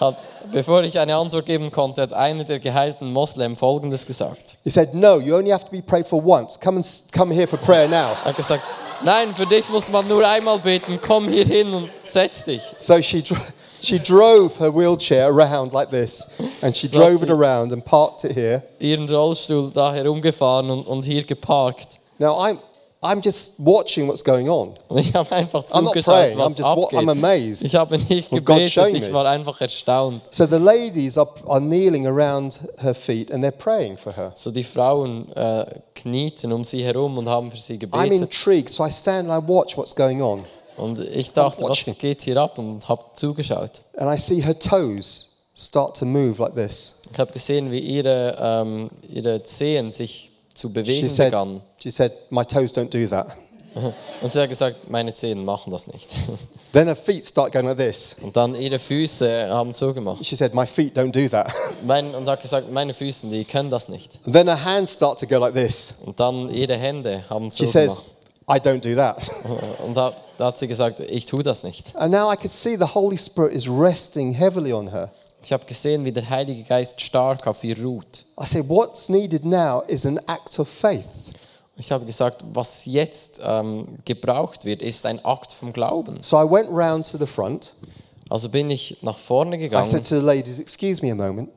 C: hat, bevor ich eine Antwort geben konnte, hat einer der geheilten Moslem Folgendes gesagt.
B: He said, No, you only have to be prayed for once. Come, and, s- come here for prayer now.
C: Er hat gesagt, nein, für dich muss man nur einmal beten, komm hier hin und setz dich.
B: So she, dr- she drove her wheelchair around like this, and she
C: So
B: drove it
C: sie-
B: around and parked it here.
C: Ihren Rollstuhl da herumgefahren und, und hier geparkt.
B: Now, I'm, I'm just watching what's going on.
C: Und ich habe einfach
B: I'm not
C: zugeschaut,
B: praying, I'm
C: was
B: just wa-
C: abgeht.
B: I'm amazed.
C: Ich habe nicht
B: Well, God showed
C: gebetet, ich
B: me.
C: war einfach erstaunt.
B: So the ladies are, are kneeling around her feet and they're praying for her.
C: So die Frauen äh, knieten um sie herum und haben für sie
B: I'm
C: gebetet.
B: intrigued, so I stand and I watch what's going on.
C: Und ich dachte, was
B: watching.
C: geht hier ab? Und habe zugeschaut.
B: And I see her toes start to move like this.
C: Ich habe gesehen, wie ihre, ähm, ihre Zehen sich zu
B: She
C: bewegen
B: said,
C: begannen.
B: she said, My toes don't do that.
C: Und sie hat gesagt, meine Zehen machen das nicht. <laughs>
B: Then her feet start going like this.
C: Und dann ihre Füße haben so gemacht.
B: She said, My feet don't do that. <laughs>
C: Mein, und hat gesagt, meine Füße, die können das nicht.
B: And then her hands start to go like this.
C: Und dann ihre Hände haben so
B: She says,
C: gemacht.
B: I don't do that.
C: Und da, da hat sie gesagt, ich tue das nicht.
B: and now I could see the Holy Spirit is resting heavily on her.
C: Ich habe gesehen, wie der Heilige Geist stark auf ihr ruht.
B: I said, What's needed now is an act of faith.
C: Ich habe gesagt, was jetzt ähm, gebraucht wird, ist ein Akt vom Glauben.
B: So I went round to the front.
C: Also bin ich nach vorne
B: I said
C: gegangen
B: to the ladies, Excuse me a moment.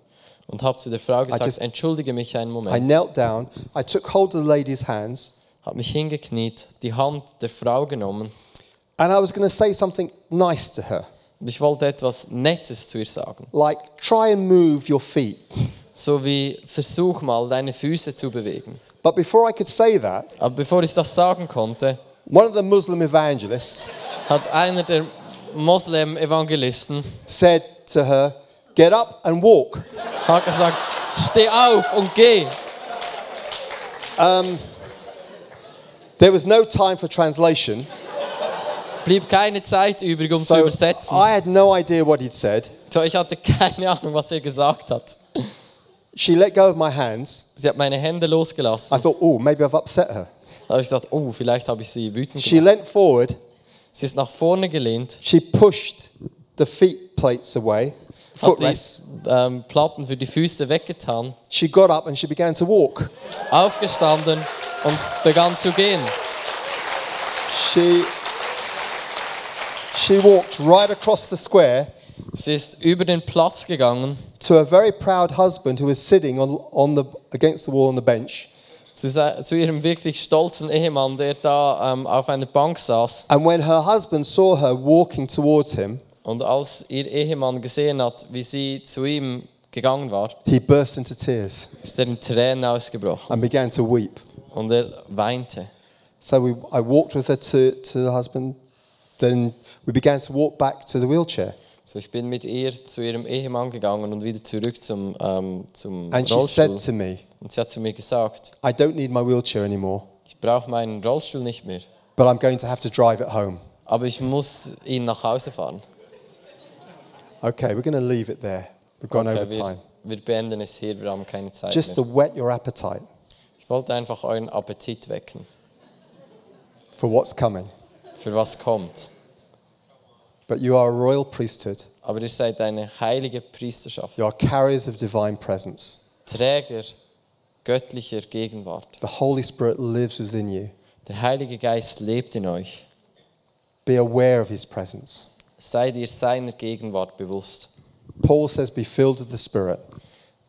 C: und habe zu der Frau gesagt,
B: just-
C: entschuldige mich einen
B: I
C: Moment.
B: knelt down. I took hold of the ladies' hands.
C: Habe mich hingekniet, die Hand der Frau genommen
B: And I was going to say something nice to her,
C: und ich wollte etwas Nettes zu ihr sagen.
B: like, Try and move your feet.
C: So wie, versuch mal, deine Füße zu bewegen.
B: But before I could say that,
C: Aber bevor ich das sagen konnte,
B: one of the Muslim evangelists
C: hat einer der Moslem-Evangelisten
B: said to her, Get up and walk.
C: hat gesagt, steh auf und geh.
B: There was no time for translation.
C: Blieb keine Zeit übrig, um zu
B: So
C: übersetzen.
B: I had no idea what he'd said.
C: So, ich hatte keine Ahnung, was er gesagt hat.
B: She let go of my hands.
C: Sie hat meine Hände losgelassen.
B: I thought, oh, maybe I've upset her.
C: Da habe ich gedacht, oh, vielleicht habe ich sie wütend
B: She
C: gemacht.
B: leant forward.
C: Sie ist nach vorne gelehnt,
B: She pushed the feet plates away,
C: hat die
B: footrests.
C: ähm, Platten für die Füße weggetan,
B: She got up and she began to walk.
C: aufgestanden und begann zu gehen.
B: She, she walked right across the square
C: Sie ist über den Platz gegangen
B: to a very proud husband who was sitting on, on the, against the wall on the bench.
C: zu, se- zu ihrem wirklich stolzen Ehemann, der da ähm, auf einer Bank saß.
B: And when her husband saw her walking towards him,
C: Und als ihr Ehemann gesehen hat, wie sie zu ihm gegangen war,
B: he burst into tears
C: ist er in Tränen ausgebrochen
B: and began to weep.
C: und er weinte.
B: So we, I walked with her to, to the husband. Then we began to walk back to the wheelchair.
C: So, ich bin mit ihr zu ihrem Ehemann gegangen und wieder zurück zum, ähm, zum
B: And she
C: Rollstuhl.
B: said to me,
C: Und sie hat zu mir gesagt,
B: I don't need my wheelchair anymore,
C: ich brauche meinen Rollstuhl nicht mehr,
B: but I'm going to have to drive it home.
C: aber ich muss ihn nach Hause fahren.
B: Okay, we're going to leave it there. We've gone
C: Okay,
B: over time.
C: wir, wir beenden es hier, wir haben keine Zeit
B: Just to
C: mehr.
B: whet your appetite
C: Ich wollte einfach euren Appetit wecken,
B: for what's coming.
C: für was kommt.
B: But you are a royal priesthood,
C: Aber ihr seid eine heilige Priesterschaft,
B: you are carriers of divine presence.
C: Träger göttlicher Gegenwart.
B: The Holy Spirit lives within you.
C: Der Heilige Geist lebt in euch.
B: Be aware of his presence.
C: Seid ihr seiner Gegenwart bewusst.
B: Paul says, Be filled with the Spirit.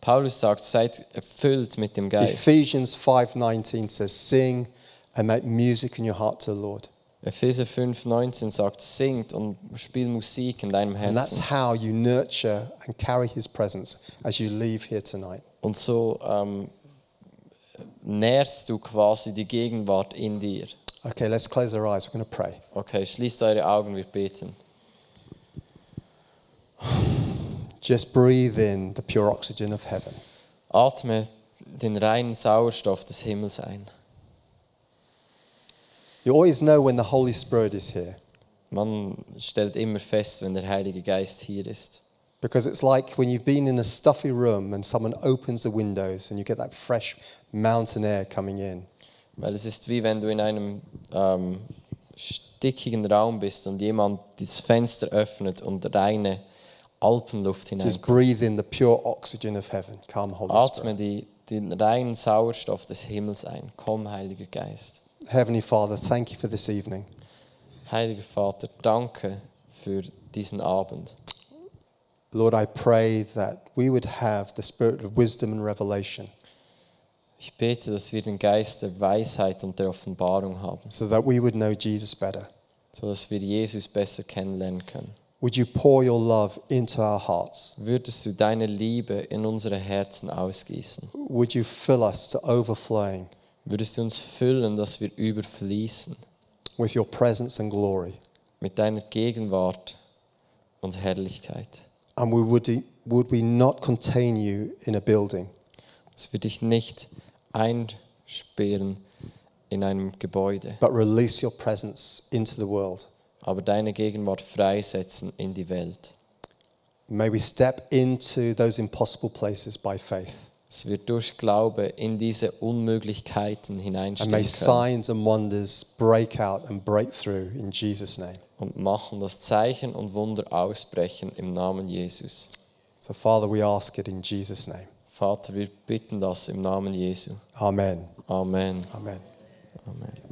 C: Paulus sagt, seid erfüllt mit dem Geist.
B: Ephesians 5:19 says, "Sing and make music in your heart to the Lord."
C: Epheser 5,19 sagt, singt und spielt Musik in deinem
B: And
C: Herzen.
B: that's how you nurture and carry His presence as you leave here tonight.
C: Und so ähm, nährst du quasi die Gegenwart in dir.
B: Okay, let's close our eyes. We're going to pray.
C: Okay, schließt eure Augen, wir beten.
B: Just breathe in the pure oxygen of heaven.
C: Atme den reinen Sauerstoff des Himmels ein.
B: You always know when the Holy Spirit is here
C: Man stellt immer fest, wenn der Heilige Geist hier ist.
B: because it's like when you've been in a stuffy room and someone opens the windows and you get that fresh mountain air coming in.
C: Weil es ist wie wenn du in einem ähm, stickigen Raum bist und jemand das Fenster öffnet und reine Alpenluft
B: Just
C: hineinkommt.
B: breathe in the pure oxygen of heaven. Come, Holy Spirit.
C: Atme die, den reinen Sauerstoff des Himmels ein. Komm, Heiliger Geist.
B: Heavenly Father, thank you for this evening.
C: Heiliger Vater, danke für diesen Abend.
B: Lord, I pray that we would have the spirit of wisdom and revelation
C: Ich bete, dass wir den Geist der Weisheit und der Offenbarung haben,
B: so that we would know Jesus better.
C: sodass wir Jesus besser kennenlernen können.
B: Would you pour your love into our hearts?
C: Würdest du deine Liebe in unsere Herzen ausgießen?
B: Would you fill us to overflowing
C: Würdest du uns füllen, dass wir überfließen
B: with your presence and glory?
C: mit deiner Gegenwart und Herrlichkeit?
B: And we would, e, would we not contain you in a building,
C: Dass wir dich nicht einsperren in einem Gebäude,
B: but release your presence into the world?
C: aber deine Gegenwart freisetzen in die Welt.
B: May we step into those impossible places by faith.
C: dass wir durch Glaube in diese Unmöglichkeiten
B: And may
C: hineinstehen können
B: signs and wonders break out and break through in Jesus' name.
C: und machen, dass Zeichen und Wunder ausbrechen im Namen Jesus.
B: So, Father, we ask it in Jesus' name.
C: Vater, wir bitten das im Namen Jesu.
B: Amen.
C: Amen.
B: Amen.
C: Amen.